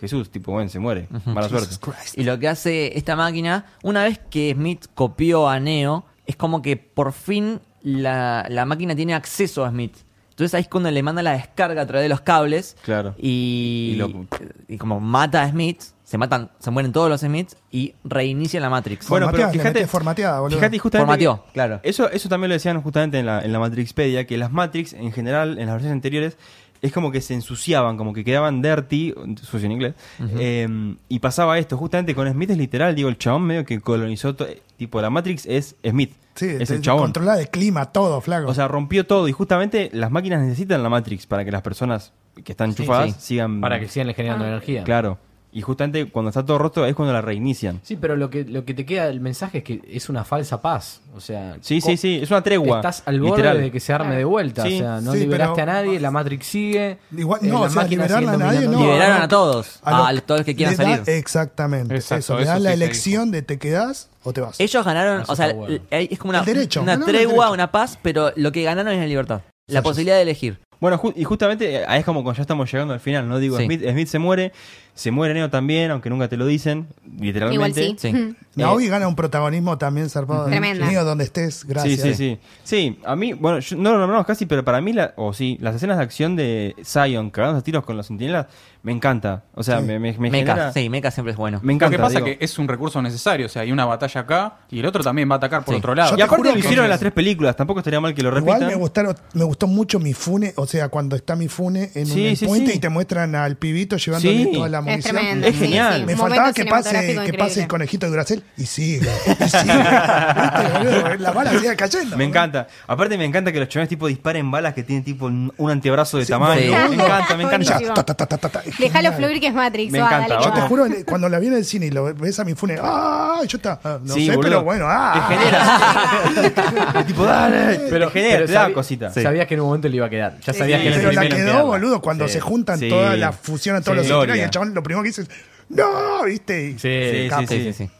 Jesús, tipo, bueno, se muere. Mala suerte. Jesus Christ. Y lo que hace esta máquina, una vez que Smith copió a Neo, es como que por fin la, la máquina tiene acceso a Smith. Entonces ahí es cuando le manda la descarga a través de los cables. Claro. Y, Y lo- y como mata a Smith, se matan, se mueren todos los Smiths y reinicia la Matrix. Bueno, pero Formateada, le fíjate- metés formateada, boludo. Fíjate justamente Formateó, que- claro. Eso, eso también lo decían justamente en la, en la Matrixpedia, que las Matrix, en general, en las versiones anteriores, es como que se ensuciaban, como que quedaban dirty, sucio en inglés, eh, y pasaba esto. Justamente con Smith es literal, digo, el chabón medio que colonizó, to- tipo, la Matrix es Smith. Sí, es te- el chabón. controla el clima, todo, flaco. O sea, rompió todo y justamente las máquinas necesitan la Matrix para que las personas que están enchufadas sí. sigan... Ah. Para que sigan generando energía. Claro. Y justamente cuando está todo roto es cuando la reinician. Sí, pero lo que, lo que te queda del mensaje es que es una falsa paz. O sea, Sí, co- sí, sí, es una tregua. Estás al borde literal. de que se arme de vuelta. Sí, o sea, no sí, liberaste pero- a nadie, la Matrix sigue. Igual, eh, no, la o sea, máquina liberarla a siguiendo nadie, no. dominando. Liberaron no. a todos, a lo- todos los que quieran le da- salir. Exactamente. Exacto, eso, le eso da sí la se dijo. elección de te quedás o te vas. Ellos ganaron, Eso o sea, está bueno. l- es como una, El derecho, una ganaron el tregua, derecho. una paz, pero lo que ganaron es la libertad. La Exacto. posibilidad de elegir. Bueno, ju- y justamente eh, ahí es como cuando ya estamos llegando al final, ¿no? Digo, Sí. Smith, Smith se muere, se muere Neo también, aunque nunca te lo dicen, literalmente. Igual sí. Sí. Mm. Naomi gana un protagonismo también zarpado. Tremenda. Mío, donde estés, gracias. eh. Sí, sí, sí. Sí, a mí, bueno, yo- no lo nombramos casi, pero para mí, la- o sí, las escenas de acción de Zion cagando a tiros con los sentinelas, me encanta. O sea, Sí. me, me, me Mecha, genera- sí, Mecha siempre es bueno. Me encanta. lo que pasa digo. que eh, es un recurso necesario. O sea, hay una batalla acá y el otro también va a atacar por Sí. otro lado. Yo Y te aparte juro lo que- hicieron en las tres películas, tampoco estaría mal que lo repitan. Igual me gustaron, me gustó mucho mi fune, o sea, cuando está mi fune en Sí, un sí, puente sí. y te muestran al pibito llevándole Sí. toda la Es munición. tremendo. Es genial. Me Momento faltaba que pase, cinematográfico que pase increíble. el conejito de Gracel y sigue. Y sigue. Viste, boludo, la bala sigue cayendo. Me boludo. encanta. Aparte me encanta que los chabones tipo disparen balas que tienen tipo un un antebrazo de Sí, tamaño. sí. Me encanta, me Ya, encanta. Buenísimo. ta, ta, ta, ta, ta, ta. Déjalo Genial. fluir que es Matrix. Me va, encanta, dale, yo Yo te chaval. juro, cuando la vi en el cine y lo ves a mi fune, ¡ah! Yo está. ah, No Sí, sé, boludo. pero bueno, ¡ah! Te genera. tipo, dale. Pero, te genera, pero te da sabi- cosita. Sabías que en un momento le iba a quedar. Ya Sí, sabías sí. que era Pero el la primero en quedó, quedarla. boludo, cuando Sí. se juntan Sí. todas las fusionan todos Sí. los Gloria. escenarios y el chabón lo primero que dice es ¡No! ¿Viste? Y- Sí, Sí, capo. Sí, sí, sí.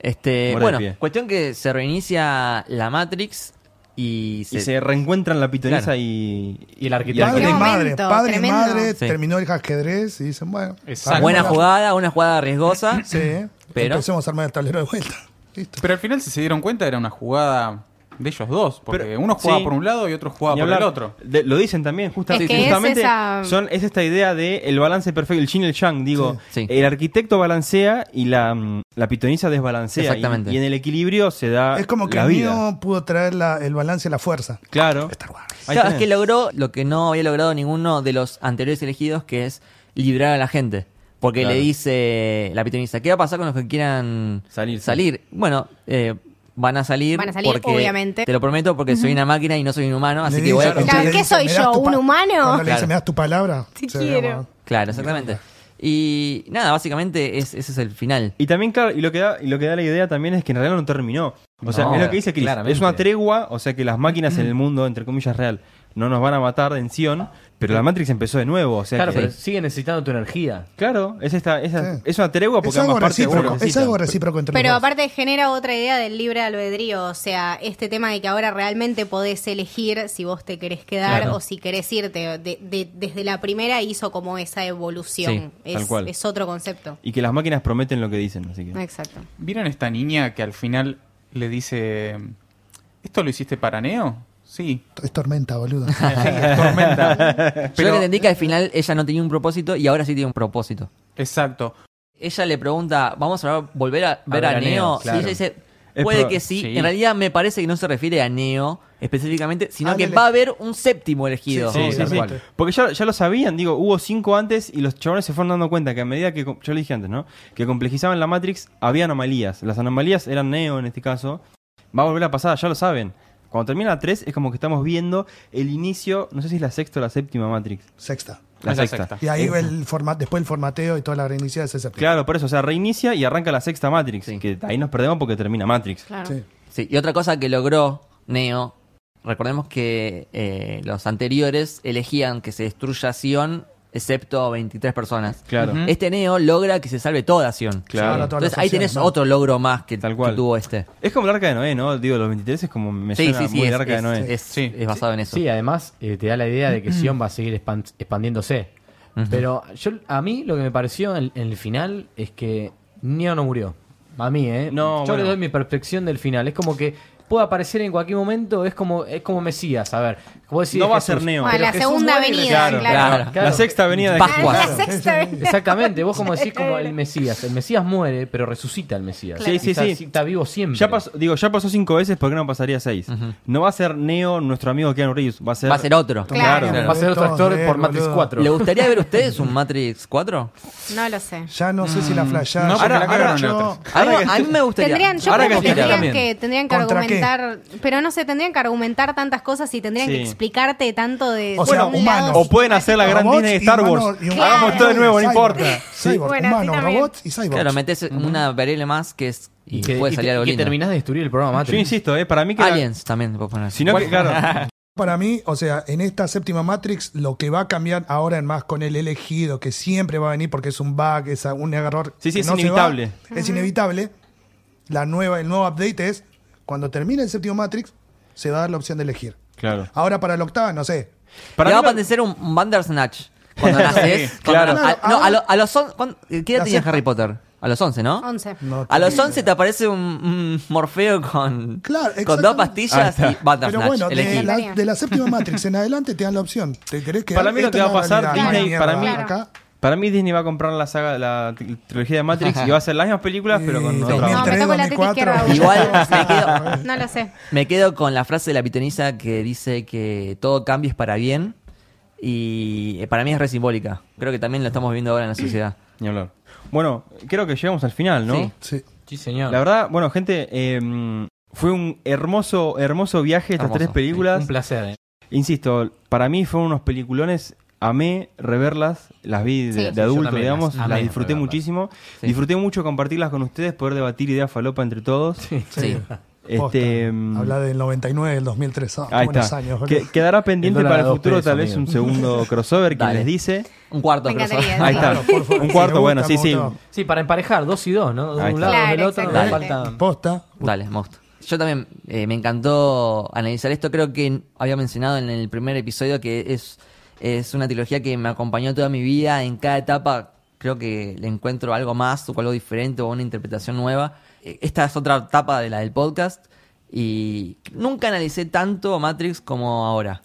Este, Muere de bueno, pie. cuestión que se reinicia la Matrix y se... Y se reencuentran la pitonisa Claro. y, Y el arquitecto. y Padre y Qué madre, momento, padre y tremendo. madre, Sí. terminó el ajedrez y dicen, bueno, Exacto. Buena armemos la- jugada, una jugada riesgosa. Sí, Pero- empecemos a armar el tablero de vuelta. Listo. Pero al final, si se dieron cuenta, era una jugada de ellos dos. Porque Pero- uno jugaba sí. por un lado y otro jugaba Ni por el hablar. otro. De- lo dicen también, justamente. Es que es justamente esa- son, es esta idea de el balance perfecto, el yin y el yang. Digo, Sí. Sí. el arquitecto balancea y la, mm, la pitonisa desbalancea. y- Exactamente. Y, en el equilibrio se da. Es como que la el vida. mío pudo traer la- el balance a la fuerza. Claro. Star Wars. Ahí Claro, es tenés. que logró lo que no había logrado ninguno de los anteriores elegidos, que es librar a la gente. Porque Claro. le dice la pitonisa, ¿qué va a pasar con los que quieran Salir, sí. Bueno, eh, van a salir. Van a salir, porque- obviamente. Te lo prometo porque soy una máquina y no soy un humano, Ah, así Le que voy a... dice- Claro, le ¿qué dice, soy "Me das yo, tu un pa-". humano? Cuando le Claro. dice, me das tu palabra. Te se quiero. llama. Claro, exactamente. Y nada, básicamente es- ese es el final. Y también, claro, y lo, que da, y lo que da la idea también es que en realidad no terminó. O sea, No, es lo que dice Chris. claramente. Es una tregua, o sea que las máquinas en el mundo, entre comillas, real, no nos van a matar en Sion, pero la Matrix empezó de nuevo. O sea Claro, que- pero sigue necesitando tu energía. Claro, es, esta, esa- Sí. es una tregua Es porque algo, ambas partes recíproco, bueno, es algo recíproco entre Pero los dos. aparte genera otra idea del libre albedrío, o sea, este tema de que ahora realmente podés elegir si vos te querés quedar Claro. o si querés irte. De- de- desde la primera hizo como esa evolución, Sí, es, tal cual. es otro concepto. Y que las máquinas prometen lo que dicen, así que. Exacto. ¿Vieron esta niña que al final le dice: ¿Esto lo hiciste para Neo? Sí. Es tormenta, boludo. Sí, es Yo tormenta. lo que Pero, entendí que al final ella no tenía un propósito y ahora sí tiene un propósito. exacto. Ella le pregunta, ¿vamos a volver a ver a, ver a Neo? Neo, Y claro. ella dice, Es puede proba- que sí. sí. En realidad me parece que no se refiere a Neo específicamente, sino Ah, que dale. va a haber un séptimo elegido. Sí, sí, tal sí. cual. Porque ya, ya lo sabían, digo, hubo cinco antes y los chavales se fueron dando cuenta que a medida que, com- yo lo dije antes, ¿no? Que complejizaban la Matrix, había anomalías. Las anomalías eran Neo en este caso. Va a volver a pasar, ya lo saben. Cuando termina la 3 es como que estamos viendo el inicio, no sé si es la sexta o la séptima Matrix. Sexta. La, Es la sexta. sexta. Y ahí va el forma- después el formateo y toda la reinicia de ese septiembre. Claro, por eso, o sea, reinicia y arranca la sexta Matrix. Sí. Que ahí nos perdemos porque termina Matrix. Claro. Sí. Sí, Y otra cosa que logró Neo, recordemos que eh, los anteriores elegían que se destruya Sion, excepto 23 personas. Claro. Ujú. Este Neo logra que se salve toda Sion. Claro. Ahora todas las Entonces ahí opciones, tenés ¿no? otro logro más que, Tal que cual. tuvo este. Es como el arca de Noé, ¿no? Digo, los 23 es como me Sí, suena sí, sí, muy es, el arca de es- Noé. es- Sí. es basado en eso. Sí, además eh, te da la idea de Mm. que Sion va a seguir expan- expandiéndose. Pero yo, a mí lo que me pareció en, en el final es que Neo no murió. A mí, ¿eh? No, yo bueno. le doy mi percepción del final. Es como que puede aparecer en cualquier momento, es como, es como Mesías. A ver, como decir, No va a Jesús, ser Neo. Bueno, Ah, la Jesús segunda muere y venida, resucita. claro. Claro. La sexta avenida de Pascua. Ah, la sexta venida. Exactamente, vos como decís como el Mesías. El Mesías muere, pero resucita el Mesías. Sí, sí, Quizás sí. Está vivo siempre. Ya pasó, digo, ya pasó cinco veces, ¿por qué no pasaría seis? No va a ser Neo nuestro amigo Keanu Reeves, va a ser... Va a ser otro. Claro. Va a ser otro actor por Matrix 4. ¿Le gustaría ver ustedes un Matrix 4? No lo sé. Ya no sé si la flasharon. no, porque Ahora- la cagaron ahora en yo- otras. A mí, a mí me gustaría. Tendrían, yo Ahora creo que que sí, tendrían también. que, tendrían que ¿Contra qué? argumentar, pero no sé, tendrían que argumentar tantas cosas y tendrían que Sí. explicarte tanto de. O sea, de un humanos. lado- O pueden hacer la gran Robots Disney de y Star Wars. humanos- y humanos. Hagamos todo de nuevo, no Cyborg. importa. Cyborg, Bueno, así humano, también. robots y cyborg. Claro, metes una variable más que es. Y, que, puede y salir te- algo y lindo. terminás de destruir el programa Yo Matrix. insisto, eh, para mí que. la- Aliens también te puedo poner. Si no, que, claro. Para mí, o sea, en esta séptima Matrix, lo que va a cambiar ahora en más con el elegido, que siempre va a venir porque es un bug, es un error. Sí, sí, que es se va, inevitable. es inevitable. La nueva, el nuevo update es cuando termine el séptimo Matrix, se va a dar la opción de elegir. claro. Ahora para la octava, no sé. Para va a Para mí lo- aparecer un, un Bandersnatch. Cuando naces. Sí, cuando- claro. Ah, a, no, a, lo- a los 11. ¿Qué edad tenías Nacés- Harry Potter? A los 11, ¿no? 11. No A los tengo 11 idea. te aparece un, un Morfeo con, Claro, con exactamente. dos Ahí pastillas está. y Bandersnatch. Pero bueno, de elegí. la, de la séptima Matrix en adelante te dan la opción. ¿Te crees que Para mí lo esta que va es a la pasar, realidad? Disney, Mierda, para mí- acá, Para mí Disney va a comprar la saga, la tri- trilogía de Matrix y va a hacer las mismas películas, pero con eh, otra. No, me toco la teta 2003, izquierda, 2004. Igual me quedo, No lo sé. Me quedo con la frase de la pitoniza que dice que todo cambio es para bien y eh, para mí es re simbólica. Creo que también lo estamos viviendo ahora en la sociedad. Ni hablar. Bueno, creo que llegamos al final, ¿no? Sí. Sí. Sí, señor. La verdad, bueno, gente, eh, fue un hermoso, hermoso viaje estas Hermoso. tres películas. Un placer. eh. Insisto, para mí fueron unos peliculones. Amé reverlas, las vi de, Sí. de Sí, yo adulto, también digamos, las amé las disfruté reverlas. muchísimo. Sí. Disfruté mucho compartirlas con ustedes, poder debatir ideas falopa entre todos. Sí. Posta. Este, mm, Habla del 99, del 2003. Ah, ahí buenos está. años. boludo. Que- quedará pendiente El dólar para a el dos futuro, pesos, tal vez amigo. un segundo crossover, quien Dale. les dice. Un cuarto. Me creo. encantaría. Ahí está. Claro, por favor, un si cuarto, le bueno, gusta, sí, sí. mucho. Sí, para emparejar, dos y dos, ¿no? De Ahí un está. lado, del Claro, otro, no exactamente. falta. Posta. Dale, me gusta. Yo también eh, me encantó analizar esto. Creo que había mencionado en el primer episodio que es, es una trilogía que me acompañó toda mi vida. En cada etapa creo que le encuentro algo más o algo diferente o una interpretación nueva. Eh, Esta es otra etapa de la del podcast y nunca analicé tanto Matrix como ahora.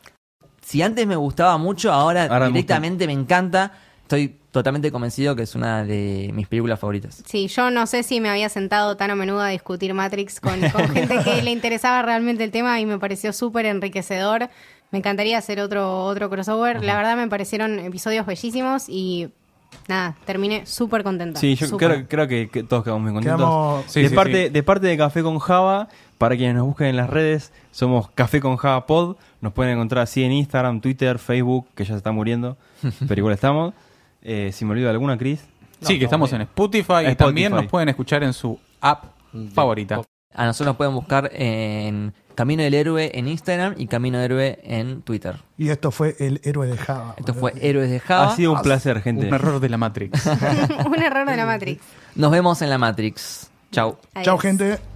Si antes me gustaba mucho, ahora, Ahora me directamente me encanta. Estoy totalmente convencido que es una de mis películas favoritas. Sí, yo no sé si me había sentado tan a menudo a discutir Matrix con, con gente que le interesaba realmente el tema y me pareció súper enriquecedor. Me encantaría hacer otro, otro crossover. La verdad me parecieron episodios bellísimos y nada, terminé súper contenta. Sí, yo súper. creo, creo que, que todos quedamos muy contentos. Quedamos- Sí, de, sí, parte, sí. de parte de Café con Java, para quienes nos busquen en las redes, somos Café con Java Pod. Nos pueden encontrar así en Instagram, Twitter, Facebook, que ya se está muriendo, pero igual estamos. Eh, si me olvido alguna, Cris. Sí, que estamos en Spotify, y Spotify. también nos pueden escuchar en su app favorita. A nosotros nos pueden buscar en Camino del Héroe en Instagram y Camino del Héroe en Twitter. Y esto fue el héroe de Java. Esto boludo. fue Héroes de Java. Ha sido un placer, gente. Un error de la Matrix. Un error de la Matrix. Nos vemos en la Matrix. Chau. Chao, Adiós. gente.